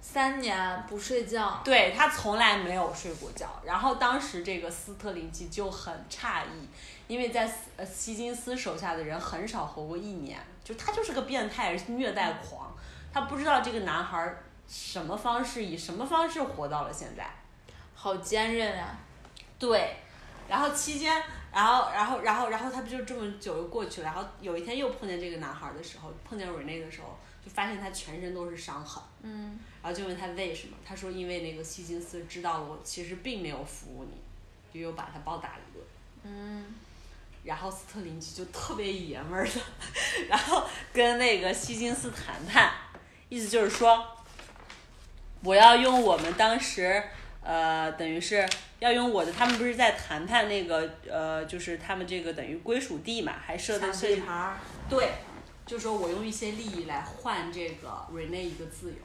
Speaker 1: 三年不睡觉，
Speaker 2: 对他从来没有睡过觉。然后当时这个斯特林奇就很诧异，因为在斯呃希金斯手下的人很少活过一年，就他就是个变态虐待狂，他不知道这个男孩儿什么方式以什么方式活到了现在。
Speaker 1: 好坚韧啊，
Speaker 2: 对，然后期间，然后然后然后然后他不就这么久就过去了，然后有一天又碰见这个男孩儿的时候，碰见 Rene 的时候，就发现他全身都是伤痕。
Speaker 1: 嗯，
Speaker 2: 然后就问他为什么，他说因为那个希金斯知道了我其实并没有服务你，就又把他暴打一顿。
Speaker 1: 嗯，
Speaker 2: 然后斯特林奇就特别爷们儿的， 然后跟那个希金斯谈判，意思就是说，我要用我们当时，呃，等于是要用我的，他们不是在谈判那个，呃，就是他们这个等于归属地嘛，还设的设计
Speaker 1: 盘儿，
Speaker 2: 对，就说我用一些利益来换这个瑞内一个自由。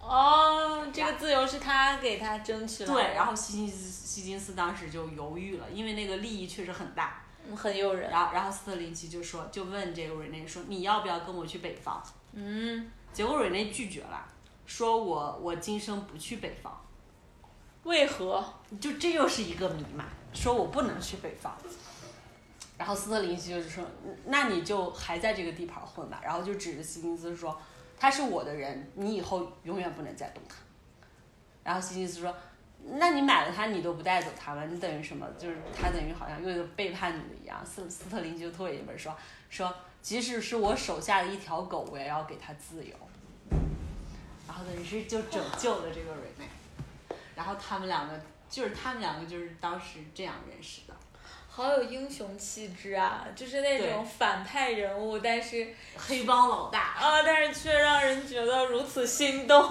Speaker 1: 哦，这个自由是他给他争取来的，
Speaker 2: 对，然后希金斯希金斯当时就犹豫了，因为那个利益确实很大。
Speaker 1: 嗯很诱人，
Speaker 2: 然后然后斯特林奇就说，就问这个瑞内说，你要不要跟我去北方？
Speaker 1: 嗯，
Speaker 2: 结果瑞内拒绝了，说我我今生不去北方。
Speaker 1: 为何？
Speaker 2: 就这又是一个谜嘛，说我不能去北方。然后斯特林奇就是说，嗯那你就还在这个地盘混吧。然后就指着希金斯说，他是我的人，你以后永远不能再动他。然后希金斯说，那你买了他，你都不带走他吗？你等于什么？就是他等于好像又背叛你了一样。斯斯特林奇就特爷们儿说说，即使是我手下的一条狗，我也要给他自由。然后等于是就拯救了这个瑞内。然后他们两个就是他们两个就是当时这样认识的，
Speaker 1: 好有英雄气质啊！就是那
Speaker 2: 对
Speaker 1: 种反派人物，但是
Speaker 2: 黑帮老大
Speaker 1: 啊，但是却让人觉得如此心动。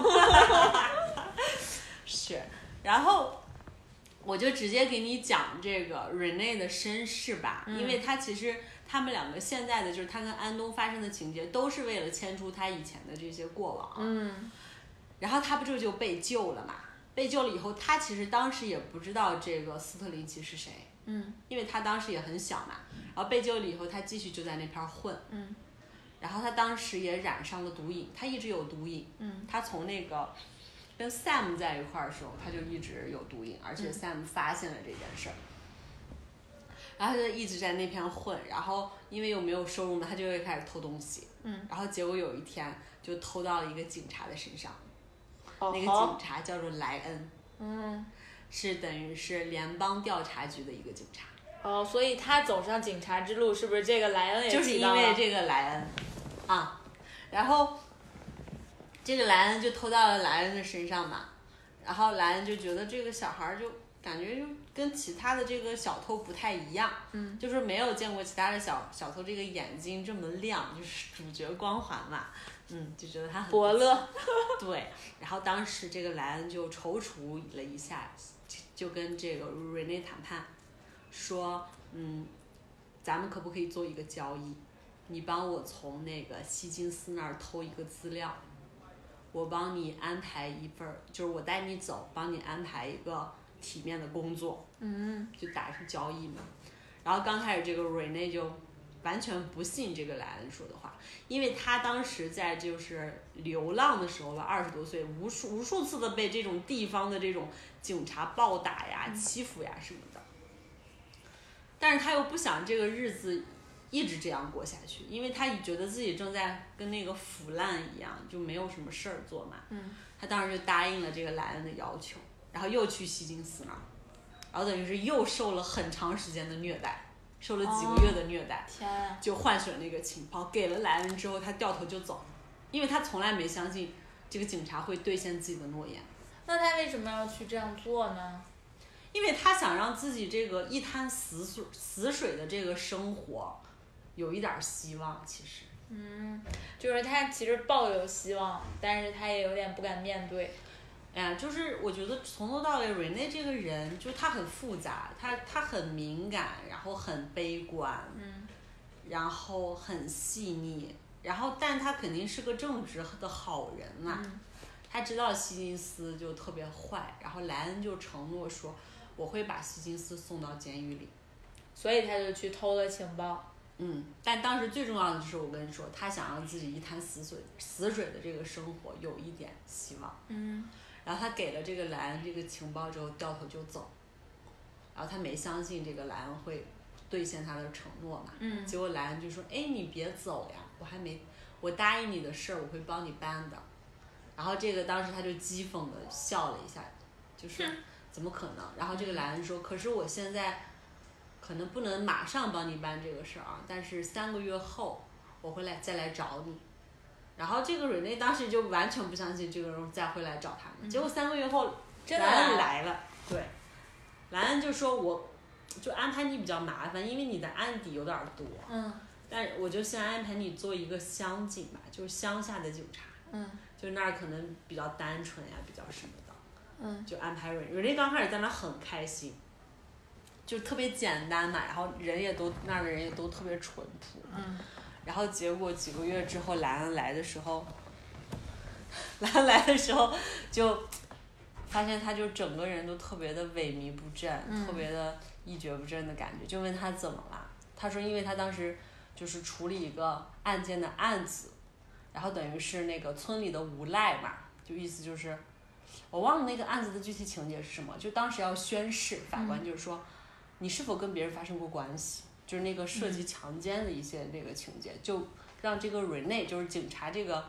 Speaker 2: 是。然后我就直接给你讲这个 Rene 的身世吧，
Speaker 1: 嗯
Speaker 2: 因为他其实他们两个现在的就是他跟安东发生的情节，都是为了牵出他以前的这些过往。
Speaker 1: 嗯
Speaker 2: 然后他不就就被救了嘛？被救了以后，他其实当时也不知道这个斯特林奇是谁，
Speaker 1: 嗯
Speaker 2: 因为他当时也很小嘛。然后被救了以后，他继续就在那片儿混。
Speaker 1: 嗯
Speaker 2: 然后他当时也染上了毒瘾，他一直有毒瘾。
Speaker 1: 嗯
Speaker 2: 他从那个跟 Sam 在一块儿的时候，他就一直有毒瘾，而且
Speaker 1: 嗯
Speaker 2: Sam 发现了这件事儿，然后他就一直在那片混，然后因为又没有收入嘛，他就会开始偷东西，
Speaker 1: 嗯，
Speaker 2: 然后结果有一天就偷到了一个警察的身上，
Speaker 1: 哦好
Speaker 2: 那个警察叫做莱恩，
Speaker 1: 嗯
Speaker 2: 是等于是联邦调查局的一个警察，
Speaker 1: 哦，所以他走上警察之路，是不是这个莱恩也
Speaker 2: 就是
Speaker 1: 提
Speaker 2: 因
Speaker 1: 到
Speaker 2: 为
Speaker 1: 了
Speaker 2: 这个莱恩啊，然后这个莱恩就偷到了莱恩的身上嘛，然后莱恩就觉得这个小孩儿就感觉就跟其他的这个小偷不太一样，
Speaker 1: 嗯，
Speaker 2: 就是没有见过其他的小小偷这个眼睛这么亮，就是主角光环嘛，嗯，就觉得他很
Speaker 1: 伯乐，
Speaker 2: 对，然后当时这个莱恩就踌躇了一下，就跟这个瑞内谈判，说，嗯，咱们可不可以做一个交易？你帮我从那个希金斯那儿偷一个资料，我帮你安排一份儿，就是我带你走，帮你安排一个体面的工作。
Speaker 1: 嗯，
Speaker 2: 就打出交易嘛。然后刚开始这个瑞内就完全不信这个莱恩说的话，因为他当时在就是流浪的时候吧，二十多岁，无数无数次的被这种地方的这种警察暴打呀、欺负呀什么的。但是他又不想这个日子一直这样过下去，因为他也觉得自己正在跟那个腐烂一样，就没有什么事儿做嘛。
Speaker 1: 嗯，
Speaker 2: 他当时就答应了这个莱恩的要求，然后又去希金斯那儿，然后等于是又受了很长时间的虐待，受了几个月的虐待。
Speaker 1: 天啊，
Speaker 2: 就换取了那个情报，给了莱恩之后，他掉头就走，因为他从来没相信这个警察会兑现自己的诺言，
Speaker 1: 那他为什么要去这样做呢？
Speaker 2: 因为他想让自己这个一滩死水死水的这个生活有一点儿希望。其实，
Speaker 1: 嗯，就是他其实抱有希望，但是他也有点不敢面对。
Speaker 2: 哎呀，就是我觉得从头到尾，瑞内这个人就他很复杂，他他很敏感，然后很悲观，
Speaker 1: 嗯，
Speaker 2: 然后很细腻，然后但他肯定是个正直的好人嘛、
Speaker 1: 嗯
Speaker 2: 他知道希金斯就特别坏，然后莱恩就承诺说我会把希金斯送到监狱里。
Speaker 1: 所以他就去偷了情报。
Speaker 2: 嗯，但当时最重要的就是我跟你说，他想让自己一滩死水死水的这个生活有一点希望。
Speaker 1: 嗯，
Speaker 2: 然后他给了这个莱恩这个情报之后，掉头就走。然后他没相信这个莱恩会兑现他的承诺嘛。
Speaker 1: 嗯
Speaker 2: 结果莱恩就说：“哎，你别走呀，我还没，我答应你的事儿，我会帮你办的。”然后这个当时他就讥讽的笑了一下，就说：“怎么可能？”然后这个莱恩说：“可是我现在可能不能马上帮你办这个事儿啊，但是三个月后我会来再来找你。”然后这个瑞内当时就完全不相信这个人再会来找他们，结果三个月后
Speaker 1: 嗯真的啊
Speaker 2: 莱恩
Speaker 1: 来
Speaker 2: 来了，对，莱恩就说我就安排你比较麻烦，因为你的案底有点儿多，
Speaker 1: 嗯
Speaker 2: 但我就先安排你做一个乡警吧，就是乡下的警察，
Speaker 1: 嗯
Speaker 2: 就那儿可能比较单纯呀，比较什么的，
Speaker 1: 嗯
Speaker 2: 就安排瑞瑞内刚开始在那儿很开心，就特别简单嘛，然后人也都那儿的人也都特别淳朴，
Speaker 1: 嗯，
Speaker 2: 然后结果几个月之后，莱恩来的时候， 莱恩来的时候就发现他就整个人都特别的萎靡不振，
Speaker 1: 嗯
Speaker 2: 特别的一蹶不振的感觉。就问他怎么了，他说因为他当时就是处理一个案件的案子，然后等于是那个村里的无赖嘛，就意思就是我忘了那个案子的具体情节是什么，就当时要宣誓，法官就是说、你是否跟别人发生过关系，就是那个涉及
Speaker 1: 嗯
Speaker 2: 强奸的一些那个情节，就让这个瑞内就是警察这个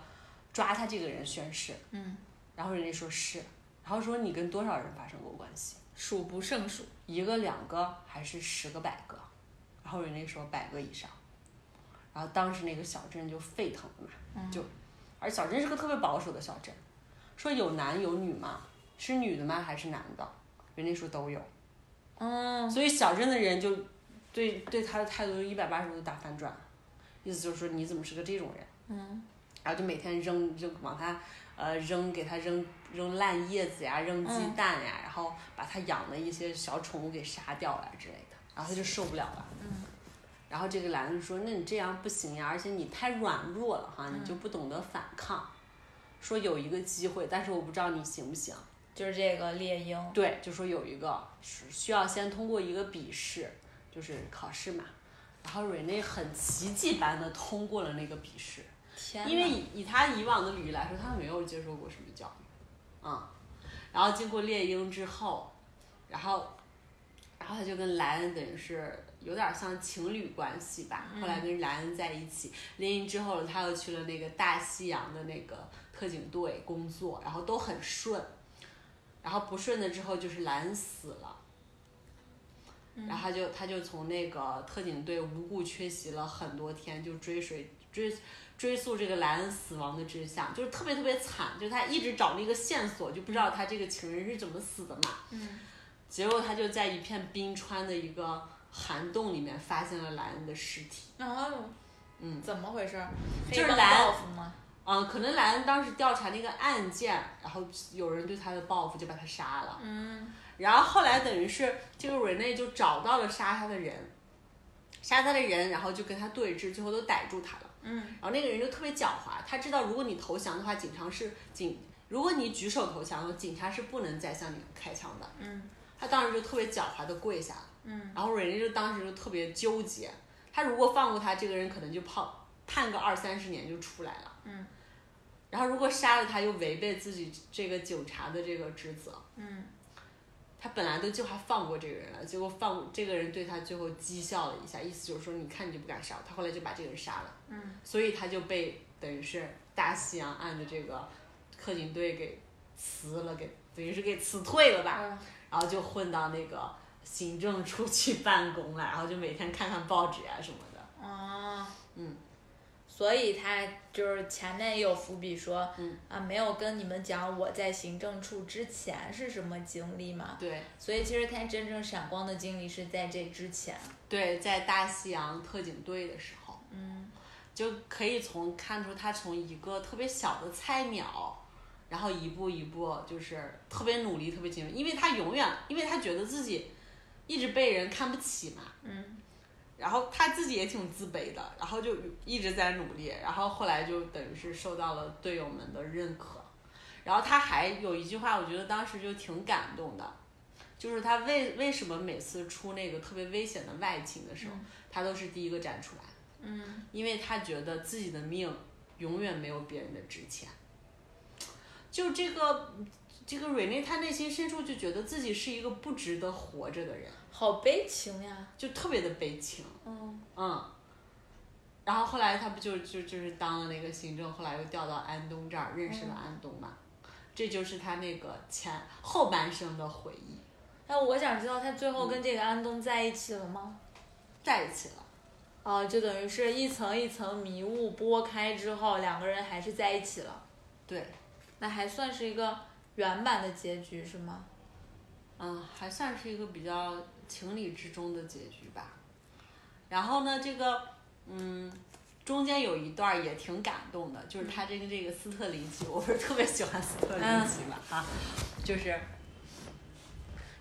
Speaker 2: 抓他这个人宣誓，
Speaker 1: 嗯，
Speaker 2: 然后瑞内说是，然后说你跟多少人发生过关系，
Speaker 1: 数不胜数。
Speaker 2: 一个、两个还是十个、百个，然后瑞内说百个以上，然后当时那个小镇就沸腾了嘛，
Speaker 1: 嗯
Speaker 2: 就，而小镇是个特别保守的小镇，说有男有女吗？是女的吗？还是男的？瑞内说都有。
Speaker 1: 嗯
Speaker 2: 所以小镇的人就对对他的态度一百八十度大反转，意思就是说你怎么是个这种人？
Speaker 1: 嗯
Speaker 2: 然后就每天扔扔往他呃扔给他扔扔烂叶子呀，扔鸡
Speaker 1: 嗯
Speaker 2: 蛋呀，然后把他养的一些小宠物给杀掉了之类的，然后他就受不了了。
Speaker 1: 嗯
Speaker 2: 然后这个兰就说：“那你这样不行呀，而且你太软弱了哈，
Speaker 1: 嗯
Speaker 2: 你就不懂得反抗。说有一个机会，但是我不知道你行不行。
Speaker 1: 就是这个猎鹰。
Speaker 2: 对，就说有一个是需要先通过一个笔试，就是考试嘛。然后瑞内很奇迹般的通过了那个笔试，
Speaker 1: 天哪，
Speaker 2: 因为以以他以往的履历来说，他没有接受过什么教育，嗯。然后经过猎鹰之后，然后，然后他就跟莱恩等于是有点像情侣关系吧。
Speaker 1: 嗯
Speaker 2: 后来跟莱恩在一起，猎鹰之后他又去了那个大西洋的那个特警队工作，然后都很顺。然后不顺的之后就是莱恩死了。然后他就他就从那个特警队无故缺席了很多天，就追随追追溯这个莱恩死亡的真相，就是特别特别惨，就是他一直找那个线索，就不知道他这个情人是怎么死的嘛。
Speaker 1: 嗯
Speaker 2: 结果他就在一片冰川的一个涵洞里面发现了莱恩的尸体。
Speaker 3: 啊，
Speaker 2: 嗯，
Speaker 3: 怎么回事？
Speaker 1: 就
Speaker 3: 黑
Speaker 1: 是
Speaker 3: 帮
Speaker 1: 蓝
Speaker 3: 报复吗？
Speaker 2: 嗯、可能莱恩当时调查那个案件，然后有人对他的报复就把他杀了。
Speaker 3: 嗯，
Speaker 2: 然后后来等于是这个瑞内就找到了杀他的人，杀他的人，然后就跟他对峙，最后都逮住他了。
Speaker 3: 嗯，
Speaker 2: 然后那个人就特别狡猾，他知道如果你投降的话，警察是警，如果你举手投降，警察是不能再向你开枪的。
Speaker 3: 嗯，
Speaker 2: 他当时就特别狡猾的跪下了。
Speaker 3: 嗯，
Speaker 2: 然后瑞内就当时就特别纠结，他如果放过他，这个人可能就泡判个二三十年就出来了。
Speaker 3: 嗯，
Speaker 2: 然后如果杀了他，又违背自己这个警察的这个职责。
Speaker 3: 嗯，
Speaker 2: 他本来都计划放过这个人了，结果放这个人对他最后讥笑了一下，意思就是说，你看你就不敢杀我，他后来就把这个人杀了，
Speaker 3: 嗯，
Speaker 2: 所以他就被等于是大西洋岸的这个特警队给辞了，给等于是给辞退了吧，
Speaker 3: 嗯
Speaker 2: 然后就混到那个行政处去办公啊了，然后就每天看看报纸啊什么的，
Speaker 3: 啊，
Speaker 2: 嗯，
Speaker 1: 哦所以他就是前面也有伏笔说，
Speaker 2: 嗯
Speaker 1: 啊，没有跟你们讲我在行政处之前是什么经历嘛，
Speaker 2: 对
Speaker 1: 所以其实他真正闪光的经历是在这之前，
Speaker 2: 对，在大西洋特警队的时候。
Speaker 1: 嗯
Speaker 2: 就可以从看出他从一个特别小的菜鸟，然后一步一步就是特别努力、特别勤奋，因为他永远，因为他觉得自己一直被人看不起嘛，
Speaker 1: 嗯
Speaker 2: 然后他自己也挺自卑的，然后就一直在努力，然后后来就等于是受到了队友们的认可，然后他还有一句话，我觉得当时就挺感动的，就是他为为什么每次出那个特别危险的外勤的时候，他都是第一个站出来。
Speaker 3: 嗯
Speaker 2: 因为他觉得自己的命永远没有别人的值钱。就这个这个瑞内，他内心深处就觉得自己是一个不值得活着的人，
Speaker 1: 好悲情呀，
Speaker 2: 就特别的悲情，
Speaker 1: 嗯
Speaker 2: 嗯。然后后来他不就就就是当了那个行政，后来又调到安东这儿，认识了安东嘛，这就是他那个前后半生的回忆，
Speaker 1: 那我想知道他最后跟这个安东在一起了吗？
Speaker 2: 在一起了。
Speaker 1: 哦、就等于是一层一层迷雾拨开之后，两个人还是在一起了，
Speaker 2: 对，
Speaker 1: 那还算是一个圆满的结局是吗？
Speaker 2: 嗯，还算是一个比较情理之中的结局吧。然后呢，这个嗯，中间有一段儿也挺感动的，就是他这个这个斯特林奇，我不是特别喜欢斯特林奇嘛、啊，就是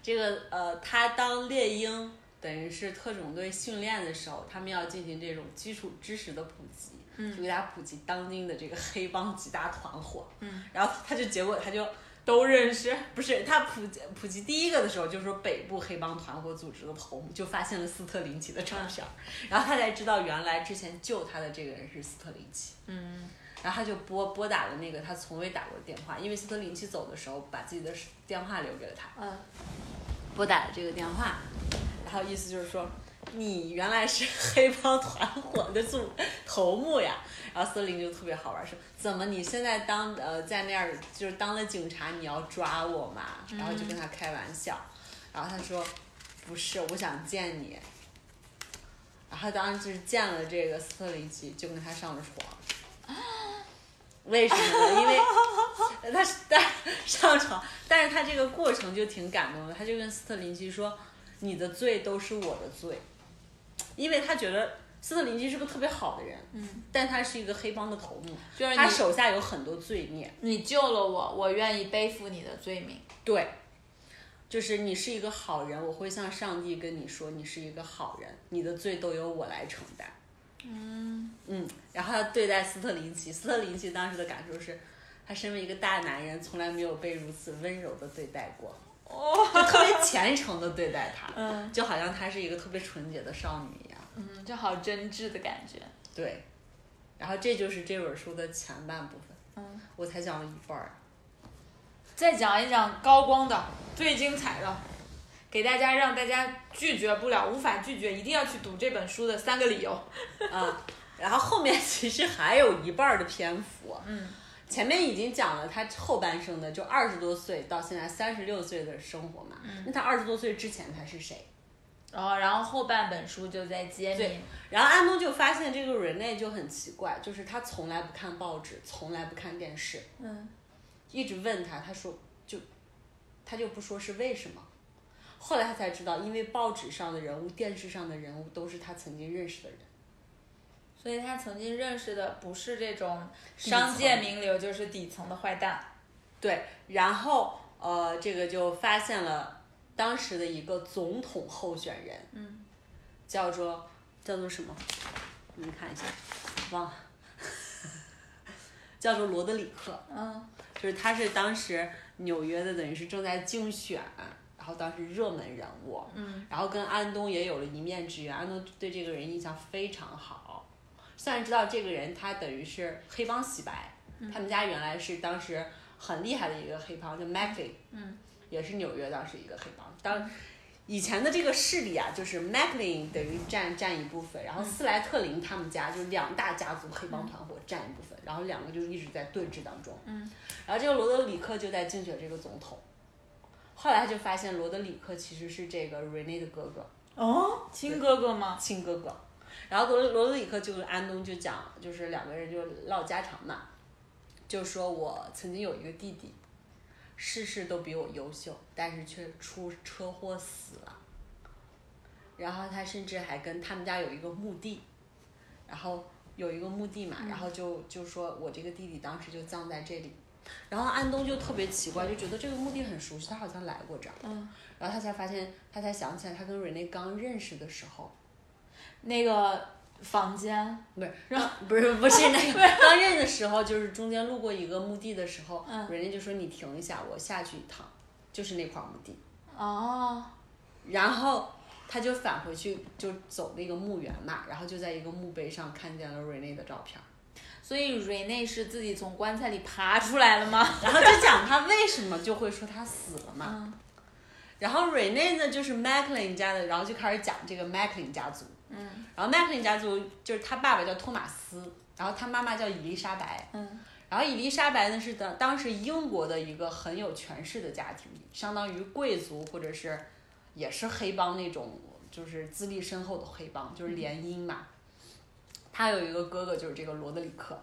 Speaker 2: 这个呃，他当猎鹰等于是特种队训练的时候，他们要进行这种基础知识的普及，就给大家普及当今的这个黑帮几大团伙，
Speaker 3: 嗯，
Speaker 2: 然后他就结果他就。
Speaker 1: 都认识，
Speaker 2: 不是他普及普及第一个的时候，就说北部黑帮团伙组织的头目就发现了斯特林奇的照片儿，然后他才知道原来之前救他的这个人是斯特林奇，
Speaker 1: 嗯
Speaker 2: 然后他就拨拨打了那个他从未打过的电话，因为斯特林奇走的时候把自己的电话留给了他，
Speaker 1: 嗯
Speaker 2: 拨打了这个电话，然后意思就是说，你原来是黑帮团伙的组头目呀。然后森林就特别好玩，说怎么你现在当呃在那儿就是当了警察，你要抓我嘛？然后就跟他开玩笑，然后他说不是，我想见你。然后当时就是见了这个斯特林奇，就跟他上了床。为什么呢？因为 呃他是但上床，但是他这个过程就挺感动的。他就跟斯特林奇说：“你的罪都是我的罪。”因为他觉得斯特林奇是个特别好的人，
Speaker 1: 嗯，
Speaker 2: 但他是一个黑帮的头目，
Speaker 1: 就是
Speaker 2: 他
Speaker 1: 你
Speaker 2: 手下有很多罪孽。
Speaker 1: 你救了我，我愿意背负你的罪名。
Speaker 2: 对，就是你是一个好人，我会向上帝跟你说，你是一个好人，你的罪都由我来承担。
Speaker 1: 嗯
Speaker 2: 嗯，然后他对待斯特林奇，斯特林奇当时的感受是，他身为一个大男人，从来没有被如此温柔的对待过，
Speaker 1: 哦，
Speaker 2: 就特别虔诚的对待他，
Speaker 1: 嗯
Speaker 2: 就好像他是一个特别纯洁的少女一样。
Speaker 1: 嗯，就好真挚的感觉。
Speaker 2: 对，然后这就是这本书的前半部分，
Speaker 1: 嗯，
Speaker 2: 我才讲了一半儿。
Speaker 1: 再讲一讲高光的最精彩的，给大家让大家拒绝不了、无法拒绝，一定要去读这本书的三个理由。
Speaker 2: 啊，然后后面其实还有一半儿的篇幅，
Speaker 1: 嗯，
Speaker 2: 前面已经讲了他后半生的，就二十多岁到现在三十六岁的生活嘛。
Speaker 1: 嗯
Speaker 2: 那他二十多岁之前他是谁？
Speaker 1: 然后，哦然后后半本书就在揭
Speaker 2: 对
Speaker 1: 秘。
Speaker 2: 然后安东就发现这个瑞内就很奇怪，就是他从来不看报纸，从来不看电视，
Speaker 1: 嗯
Speaker 2: 一直问他，他说就，他就不说是为什么。后来他才知道，因为报纸上的人物、电视上的人物都是他曾经认识的人。
Speaker 1: 所以他曾经认识的不是这种商界名流，就是底层的坏蛋。
Speaker 2: 对，然后呃，这个就发现了当时的一个总统候选人，
Speaker 1: 嗯，
Speaker 2: 叫做叫做什么？你们看一下，忘了， 叫做罗德里克。
Speaker 1: 嗯，
Speaker 2: 就是他是当时纽约的，等于是正在竞选，然后当时热门人物，
Speaker 1: 嗯，
Speaker 2: 然后跟安东也有了一面之缘，安东对这个人印象非常好，虽然知道这个人他等于是黑帮洗白，
Speaker 1: 嗯
Speaker 2: 他们家原来是当时很厉害的一个黑帮，叫 Mackley，
Speaker 1: 嗯，
Speaker 2: 也是纽约当时一个黑帮，当。以前的这个势力啊，就是 Macklin 等于占占一部分，然后
Speaker 1: 嗯
Speaker 2: 斯莱特林他们家就是两大家族黑帮团伙占一部分，然后两个就是一直在对峙当中。然后这个罗德里克就在竞选这个总统，后来就发现罗德里克其实是这个 Rene 的哥哥，
Speaker 1: 哦，亲哥哥吗？
Speaker 2: 亲哥哥。然后罗罗德里克就跟安东就讲，就是两个人就唠家常嘛，就说我曾经有一个弟弟，事事都比我优秀，但是却出车祸死了。然后他甚至还跟他们家有一个墓地，然后有一个墓地嘛，然后就就说我这个弟弟当时就葬在这里。然后安东就特别奇怪，就觉得这个墓地很熟悉，他好像来过这儿。
Speaker 1: 嗯，
Speaker 2: 然后他才发现，他才想起来，他跟瑞内刚认识的时候，
Speaker 1: 那个房间，
Speaker 2: 不是，啊不是，不是那个刚认识的时候，就是中间路过一个墓地的时候，
Speaker 1: 嗯
Speaker 2: 人家就说你停一下，我下去一趟，就是那块墓地。
Speaker 1: 哦，
Speaker 2: 然后他就返回去，就走那个墓园嘛，然后就在一个墓碑上看见了瑞内的照片，
Speaker 1: 所以瑞内是自己从棺材里爬出来了吗？
Speaker 2: 然后就讲他为什么就会说他死了嘛。
Speaker 1: 嗯
Speaker 2: 然后瑞内呢，就是 Macklin 家的，然后就开始讲这个 Macklin 家族。
Speaker 1: 嗯
Speaker 2: 然后 Macklin 家族就是他爸爸叫托马斯，然后他妈妈叫伊丽莎白。
Speaker 1: 嗯
Speaker 2: 然后伊丽莎白呢是当当时英国的一个很有权势的家庭，相当于贵族或者是也是黑帮那种，就是资历深厚的黑帮，就是联姻嘛。他有一个哥哥就是这个罗德里克，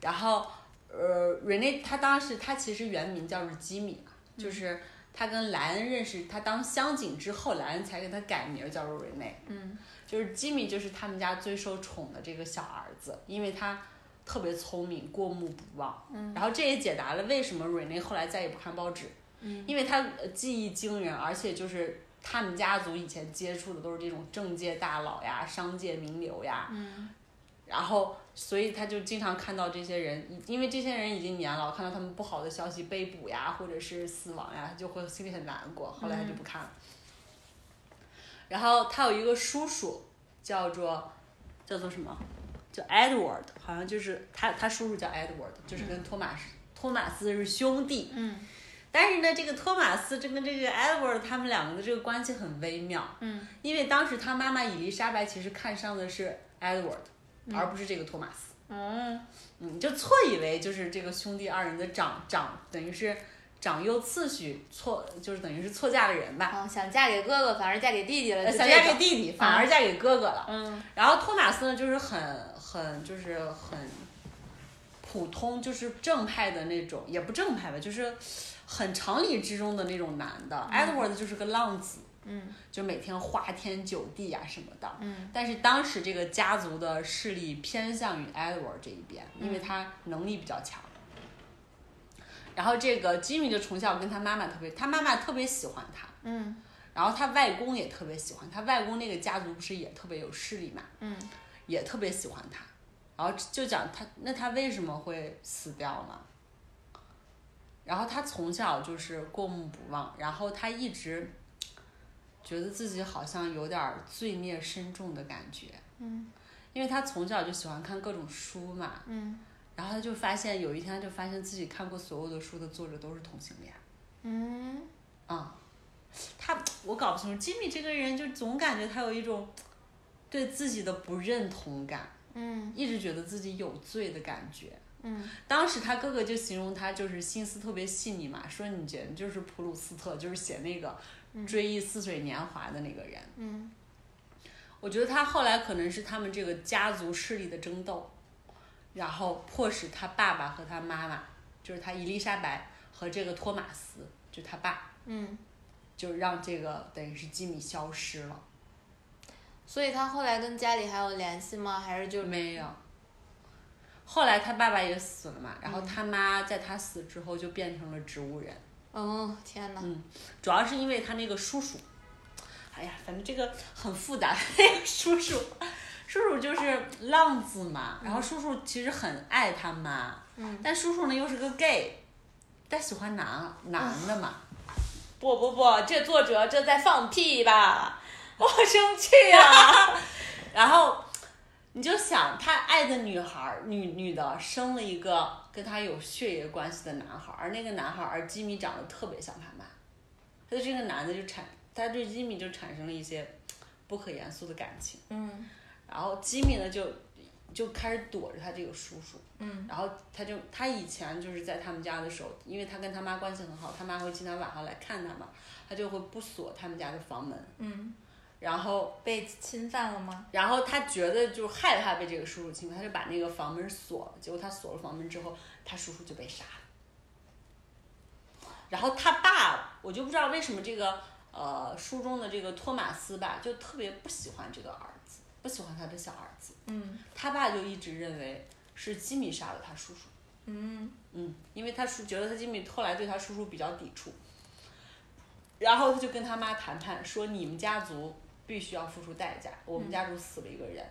Speaker 2: 然后呃，瑞内他当时他其实原名叫是吉米嘛，就是他跟莱恩认识，他当乡警之后，莱恩才给他改名叫做瑞内。
Speaker 1: 嗯
Speaker 2: 就是吉米就是他们家最受宠的这个小儿子，因为他特别聪明，过目不忘。
Speaker 1: 嗯
Speaker 2: 然后这也解答了为什么瑞内后来再也不看报纸，
Speaker 1: 嗯
Speaker 2: 因为他呃技艺惊人，而且就是他们家族以前接触的都是这种政界大佬呀、商界名流呀，
Speaker 1: 嗯
Speaker 2: 然后所以他就经常看到这些人，因为这些人已经年老，看到他们不好的消息被捕呀，或者是死亡呀，他就会心里很难过。后来他就不看了。
Speaker 1: 嗯
Speaker 2: 然后他有一个叔叔，叫做叫做什么？叫 Edward，好像就是他他叔叔叫 Edward，就是跟托马斯、托马斯是兄弟。
Speaker 1: 嗯
Speaker 2: 但是呢，这个托马斯这跟这个 Edward 他们两个的这个关系很微妙。
Speaker 1: 嗯
Speaker 2: 因为当时他妈妈伊丽莎白其实看上的是 Edward，、而不是这个托马斯，
Speaker 1: 嗯
Speaker 2: 嗯，就错以为就是这个兄弟二人的长长等于是长幼次序错，就是等于是错嫁的人吧，呃
Speaker 1: 哦，想嫁给哥哥，反而呃嫁给弟弟了，就
Speaker 2: 想
Speaker 1: 这
Speaker 2: 嫁给
Speaker 1: 种啊
Speaker 2: 弟弟，反而嫁给哥哥了。
Speaker 1: 嗯
Speaker 2: 然后托马斯呢，就是很很就是很普通，就是正派的那种，也不正派吧，就是很常理之中的那种男的。Edward 就是个浪子，
Speaker 1: 嗯
Speaker 2: 就每天花天酒地呀、什么的。
Speaker 1: 嗯
Speaker 2: 但是当时这个家族的势力偏向于 Edward 这一边，
Speaker 1: 嗯
Speaker 2: 因为他能力比较强。然后这个吉米就从小跟他妈妈特别，他妈妈特别喜欢他，
Speaker 1: 嗯
Speaker 2: 然后他外公也特别喜欢他，外公那个家族不是也特别有势力嘛，
Speaker 1: 嗯
Speaker 2: 也特别喜欢他。然后就讲他，那他为什么会死掉呢？然后他从小就是过目不忘，然后他一直觉得自己好像有点儿罪孽深重的感觉。
Speaker 1: 嗯
Speaker 2: 因为他从小就喜欢看各种书嘛，
Speaker 1: 嗯
Speaker 2: 然后他就发现有一天他就发现自己看过所有的书的作者都是同性恋
Speaker 1: 嗯，
Speaker 2: 啊、他我搞不清楚吉米这个人就总感觉他有一种对自己的不认同感，
Speaker 1: 嗯
Speaker 2: 一直觉得自己有罪的感觉。
Speaker 1: 嗯
Speaker 2: 当时他哥哥就形容他就是心思特别细腻嘛，说你简直就是普鲁斯特，就是写那个
Speaker 1: 嗯
Speaker 2: 《追忆似水年华》的那个人。
Speaker 1: 嗯
Speaker 2: 我觉得他后来可能是他们这个家族势力的争斗，然后迫使他爸爸和他妈妈，就是他伊丽莎白和这个托马斯，就他爸，
Speaker 1: 嗯
Speaker 2: 就让这个等于是吉米消失了。
Speaker 3: 所以他后来跟家里还有联系吗？还是就
Speaker 2: 没有。后来他爸爸也死了嘛，然后
Speaker 3: 嗯
Speaker 2: 他妈在他死之后就变成了植物人，
Speaker 3: 哦天哪，
Speaker 2: 主要是因为他那个叔叔。哎呀，反正这个很复杂。那个叔叔，叔叔就是浪子嘛，然后叔叔其实很爱他妈，
Speaker 3: 嗯
Speaker 2: 但叔叔呢又是个 gay，但喜欢男男的嘛。
Speaker 1: 不不不，这作者这在放屁吧！我生气啊！
Speaker 2: 然后你就想，他爱的女孩儿，女女的生了一个跟他有血缘关系的男孩儿，而那个男孩儿，而吉米长得特别像他妈，他对这个男的就产，他对吉米就产生了一些不可言说的感情。
Speaker 1: 嗯
Speaker 2: 然后吉米呢就就开始躲着他这个叔叔，
Speaker 1: 嗯，
Speaker 2: 然后他就他以前就是在他们家的时候，因为他跟他妈关系很好，他妈会经常晚上来看他嘛，他就会不锁他们家的房门，
Speaker 1: 嗯，
Speaker 2: 然后
Speaker 1: 被侵犯了吗？
Speaker 2: 然后他觉得就害怕被这个叔叔侵犯，他就把那个房门锁了。结果他锁了房门之后，他叔叔就被杀了。然后他爸，我就不知道为什么这个呃书中的这个托马斯吧，就特别不喜欢这个儿子，不喜欢他的小儿子。
Speaker 1: 嗯
Speaker 2: 他爸就一直认为是吉米杀了他叔叔。
Speaker 1: 嗯
Speaker 2: 嗯，因为他叔觉得他吉米后来对他叔叔比较抵触，然后他就跟他妈谈判说，你们家族必须要付出代价，我们家族死了一个人，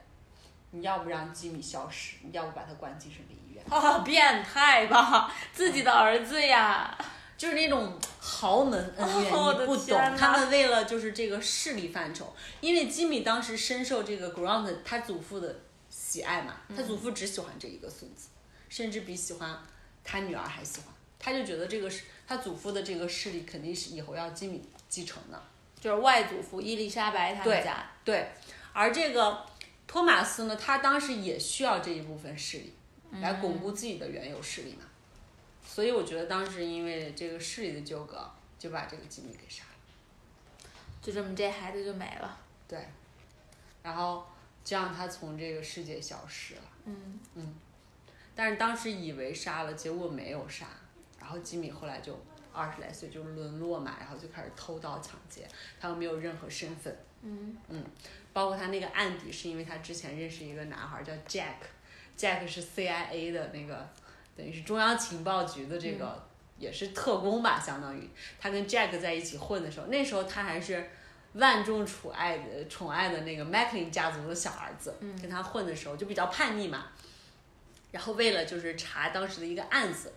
Speaker 2: 你要不让吉米消失，你要不把他关精神病医院，
Speaker 1: 啊，变态吧，自己的儿子呀！
Speaker 2: 就是那种豪门恩怨，
Speaker 1: 哦我的
Speaker 2: 你不懂
Speaker 1: 天哪，
Speaker 2: 他们为了就是这个势力范畴，因为吉米当时深受这个 Grant 他祖父的喜爱嘛，
Speaker 1: 嗯
Speaker 2: 他祖父只喜欢这一个孙子，甚至比喜欢他女儿还喜欢，他就觉得这个是他祖父的这个势力肯定是以后要吉米继承的。
Speaker 1: 就是外祖父伊丽莎白他们
Speaker 2: 对
Speaker 1: 家，
Speaker 2: 对，而这个托马斯呢，他当时也需要这一部分势力
Speaker 1: 嗯
Speaker 2: 来巩固自己的原有势力嘛，所以我觉得当时因为这个势力的纠葛，就把这个吉米给杀了。
Speaker 1: 就这么这孩子就没了。
Speaker 2: 对，然后这样他从这个世界消失了。
Speaker 1: 嗯，
Speaker 2: 但是当时以为杀了，结果没有杀。然后吉米后来就二十来岁就沦落嘛，然后就开始偷盗抢劫，他又没有任何身份。
Speaker 1: 嗯
Speaker 2: 包括他那个案底，是因为他之前认识一个男孩叫 Jack，Jack 是 CIA 的那个，等于是中央情报局的这个、也是特工吧，相当于他跟 Jack 在一起混的时候，那时候他还是万众宠爱的宠爱的那个 Macklin 家族的小儿子，
Speaker 1: 嗯
Speaker 2: 跟他混的时候就比较叛逆嘛。然后为了就是查当时的一个案子，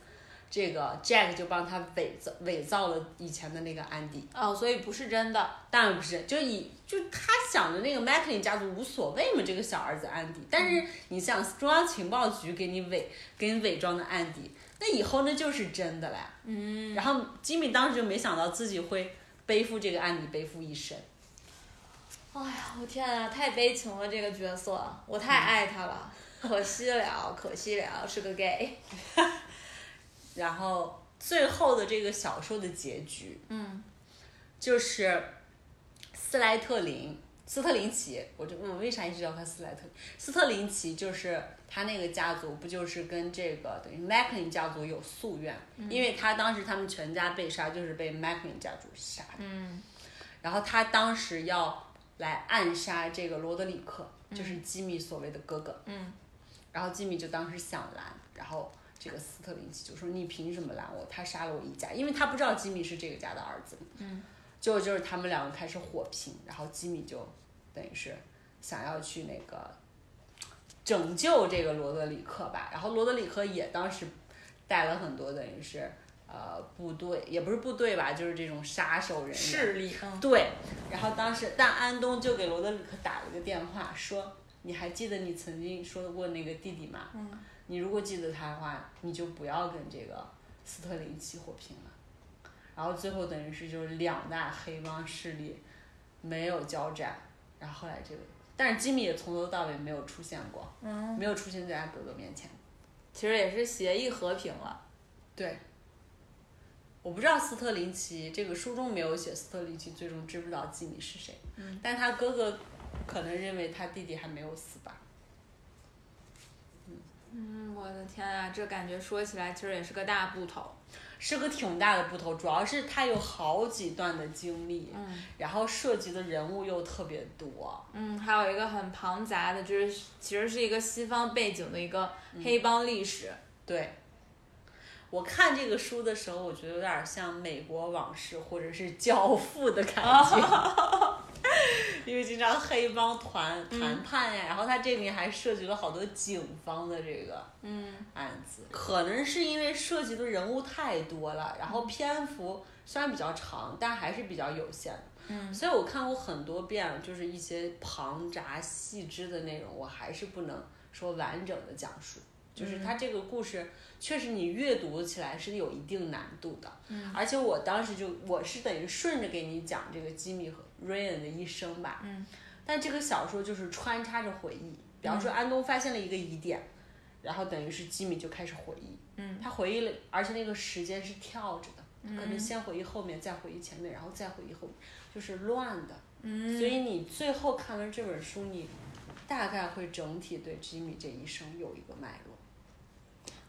Speaker 2: 这个 Jack 就帮他伪造伪造了以前的那个案底。
Speaker 1: 哦，所以不是真的。
Speaker 2: 当然不是，就以就他想的那个 Macklin 家族无所谓嘛，这个小儿子安迪。但是你像中央情报局给你伪给你伪装的安迪，那以后那就是真的啦。
Speaker 1: 嗯，
Speaker 2: 然后吉米当时就没想到自己会背负这个案底，背负一生。
Speaker 1: 哎呀，我天啊，太悲情了这个角色，我太爱他了，可惜 了，可惜了，是个 gay。
Speaker 2: 然后最后的这个小说的结局
Speaker 1: 嗯
Speaker 2: 就是斯莱特林。斯特林奇，我就我为啥一直叫他斯莱特林？斯特林奇就是他那个家族，不就是跟这个等于 Macklin 家族有夙愿？因为他当时他们全家被杀，就是被 Macklin 家族杀的。
Speaker 1: 嗯
Speaker 2: 然后他当时要来暗杀这个罗德里克，就是吉米所谓的哥哥。
Speaker 1: 嗯
Speaker 2: 然后吉米就当时想拦，然后这个斯特林奇就说：“你凭什么拦我？他杀了我一家，因为他不知道吉米是这个家的儿子。”
Speaker 1: 嗯，
Speaker 2: 就就是他们两个开始火拼，然后吉米就等于是想要去那个拯救这个罗德里克吧，然后罗德里克也当时带了很多等于是呃部队，也不是部队吧，就是这种杀手人员
Speaker 1: 力。嗯
Speaker 2: 对，然后当时，但安东就给罗德里克打了个电话，说：“你还记得你曾经说过那个弟弟吗？
Speaker 1: 嗯
Speaker 2: 你如果记得他的话，你就不要跟这个斯特林起火拼了。”然后最后等于是就是两大黑帮势力没有交战，然后后来这个，但是吉米也从头到尾没有出现过，
Speaker 1: 嗯，
Speaker 2: 没有出现在安德鲁面前。
Speaker 1: 其实也是协议和平了。
Speaker 2: 对，我不知道斯特林奇这个书中没有写斯特林奇最终知不知道吉米是谁，
Speaker 1: 嗯
Speaker 2: 但他哥哥可能认为他弟弟还没有死吧。
Speaker 1: 嗯，我的天啊，这感觉说起来其实也是个大部头。
Speaker 2: 是个挺大的不同，主要是他有好几段的经历，
Speaker 1: 嗯
Speaker 2: 然后涉及的人物又特别多，
Speaker 1: 嗯，还有一个很庞杂的，就是其实是一个西方背景的一个黑帮历史。
Speaker 2: 对。我看这个书的时候，我觉得有点像《美国往事》或者是《教父》的感觉，因为经常黑帮团谈判呀，然后他这里还涉及了好多警方的这个
Speaker 1: 嗯
Speaker 2: 案子，可能是因为涉及的人物太多了，然后篇幅虽然比较长，但还是比较有限的。
Speaker 1: 嗯
Speaker 2: 所以我看过很多遍，就是一些庞杂细致的内容，我还是不能说完整的讲述。
Speaker 1: 嗯
Speaker 2: 就是它这个故事，确实你阅读起来是有一定难度的。
Speaker 1: 嗯
Speaker 2: 而且我当时就我是等于顺着给你讲这个吉米和瑞恩的一生吧，
Speaker 1: 嗯
Speaker 2: 但这个小说就是穿插着回忆，比方说安东发现了一个疑点，然后等于是吉米就开始回忆，
Speaker 1: 嗯，
Speaker 2: 他回忆了，而且那个时间是跳着的，
Speaker 1: 嗯
Speaker 2: 可能先回忆后面，再回忆前面，然后再回忆后面，就是乱的。
Speaker 1: 嗯，
Speaker 2: 所以你最后看完这本书，你大概会整体对吉米这一生有一个脉络。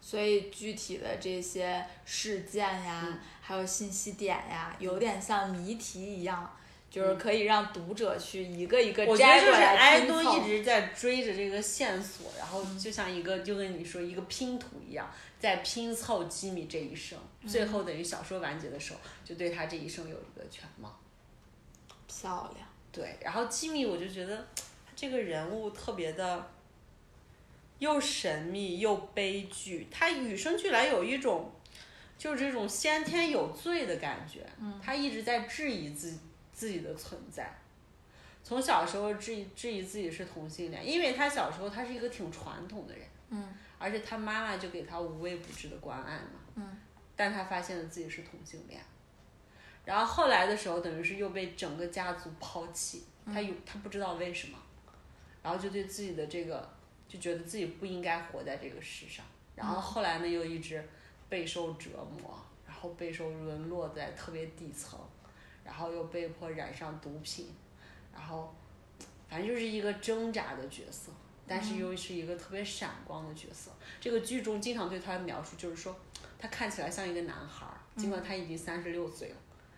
Speaker 1: 所以具体的这些事件呀，
Speaker 2: 嗯
Speaker 1: 还有信息点呀，有点像谜题一样，就是可以让读者去一个一个
Speaker 2: 我觉得
Speaker 1: 摘
Speaker 2: 就是
Speaker 1: 过来
Speaker 2: 埃
Speaker 1: 拼
Speaker 2: 东
Speaker 1: 凑。嗯
Speaker 2: 一直在追着这个线索，然后就像一个就跟你说一个拼图一样，在拼凑吉米这一生。
Speaker 1: 嗯
Speaker 2: 最后等于小说完结的时候，就对他这一生有一个全貌。
Speaker 1: 漂亮，
Speaker 2: 对，然后吉米我就觉得他这个人物特别的又神秘又悲剧，他与生俱来有一种就是这种先天有罪的感觉。
Speaker 1: 嗯
Speaker 2: 他一直在质疑自己自己的存在。从小时候质疑质疑自己是同性恋，因为他小时候他是一个挺传统的人，
Speaker 1: 嗯
Speaker 2: 而且他妈妈就给他无微不至的关爱嘛。
Speaker 1: 嗯。
Speaker 2: 但他发现了自己是同性恋，然后后来的时候，等于是又被整个家族抛弃，他有他不知道为什么，然后就对自己的这个就觉得自己不应该活在这个世上，然后后来呢又一直备受折磨，然后备受沦落在特别底层，然后又被迫染上毒品，然后反正就是一个挣扎的角色。但是又是一个特别闪光的角色。这个剧中经常对他的描述就是说，他看起来像一个男孩儿，尽管他已经三十六岁了，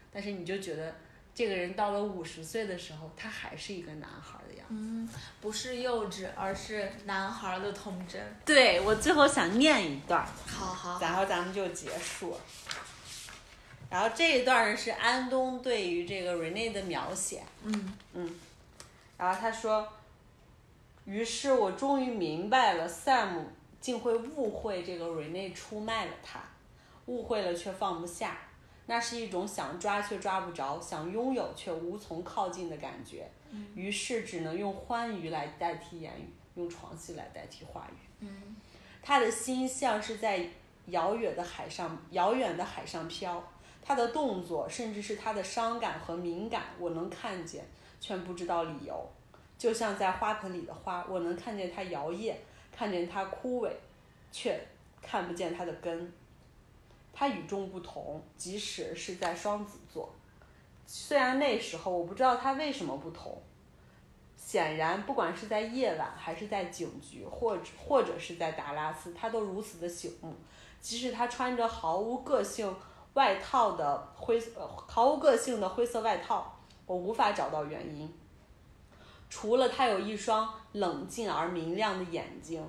Speaker 2: 但是你就觉得这个人到了五十岁的时候，他还是一个男孩儿的样子。
Speaker 1: 嗯，不是幼稚，而是男孩的童真。
Speaker 2: 对我最后想念一段，
Speaker 1: 好好，
Speaker 2: 然后咱们就结束了。然后这一段呢是安东对于这个 Rene 的描写，
Speaker 1: 嗯
Speaker 2: 然后他说，于是我终于明白了，Sam 竟会误会这个瑞内出卖了他，误会了却放不下，那是一种想抓却抓不着，想拥有却无从靠近的感觉，于是只能用欢愉来代替言语，用床戏来代替话语。
Speaker 1: 嗯
Speaker 2: 他的心像是在遥远的海上，遥远的海上飘。他的动作，甚至是他的伤感和敏感，我能看见，却不知道理由。就像在花盆里的花，我能看见它摇曳，看见它枯萎，却看不见它的根。他与众不同，即使是在双子座。虽然那时候我不知道他为什么不同，显然，不管是在夜晚，还是在警局，或者或者是在达拉斯，他都如此的醒目。即使他穿着毫无个性外套的灰呃毫无个性的灰色外套，我无法找到原因。除了他有一双冷静而明亮的眼睛，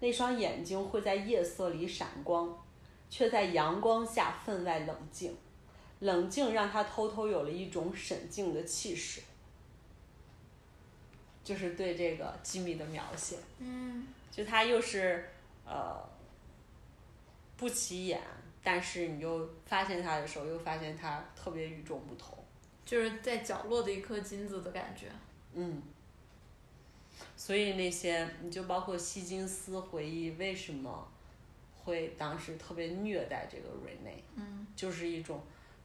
Speaker 2: 那双眼睛会在夜色里闪光，却在阳光下分外冷静。冷静让他偷偷有了一种沈静的气势。就是对这个吉米的描写，
Speaker 1: 嗯
Speaker 2: 就他又是呃不起眼，但是你又发现他的时候，又发现他特别与众不同，
Speaker 1: 就是在角落的一颗金子的感觉。
Speaker 2: 嗯。所以那些你就包括希金斯回忆为什么会当时特别虐待这个瑞内，
Speaker 1: 嗯
Speaker 2: 就是一种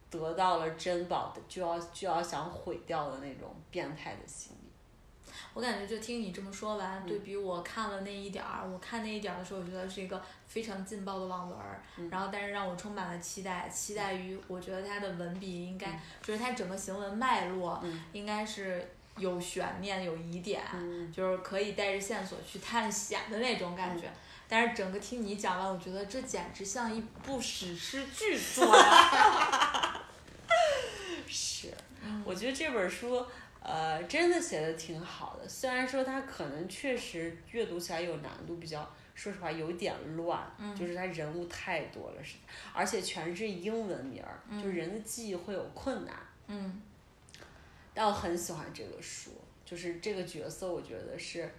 Speaker 2: 得到了珍宝的就要就要想毁掉的那种变态的心理。
Speaker 1: 我感觉就听你这么说完，
Speaker 2: 嗯
Speaker 1: 对比我看了那一点儿，我看那一点儿的时候，我觉得是一个非常劲爆的网文儿，
Speaker 2: 嗯
Speaker 1: 然后但是让我充满了期待，期待于我觉得它的文笔应该、就是它整个行文脉络
Speaker 2: 嗯
Speaker 1: 应该是有悬念、有疑点，
Speaker 2: 嗯嗯
Speaker 1: 就是可以带着线索去探险的那种感觉。但是整个听你讲完，我觉得这简直像一部史诗巨作 呀！
Speaker 2: 是，我觉得这本书，呃，真的写的挺好的。虽然说它可能确实阅读起来有难度，比较说实话有点乱，
Speaker 1: 嗯
Speaker 2: 就是它人物太多了，是，而且全是英文名儿，
Speaker 1: 嗯
Speaker 2: 就是人的记忆会有困难。
Speaker 1: 嗯
Speaker 2: 但我很喜欢这个书，就是这个角色，我觉得是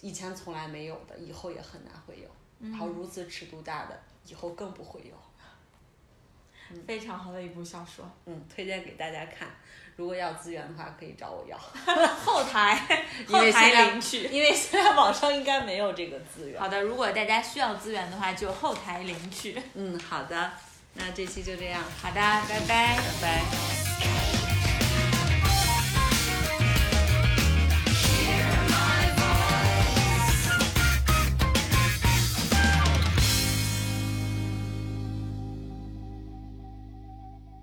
Speaker 2: 以前从来没有的，以后也很难会有。然后
Speaker 1: 嗯，
Speaker 2: 如此尺度大的，以后更不会有。
Speaker 1: 非常好的一部小说。
Speaker 2: 嗯，推荐给大家看。如果要资源的话，可以找我要，
Speaker 1: 后台，
Speaker 2: 因为
Speaker 1: 后
Speaker 2: 现在
Speaker 1: 台领取。
Speaker 2: 因为现在网上应该没有这个资源。
Speaker 1: 好的，如果大家需要资源的话，就后台领取。
Speaker 2: 嗯，好的，那这期就这样，
Speaker 1: 好的，拜拜。
Speaker 2: 拜拜。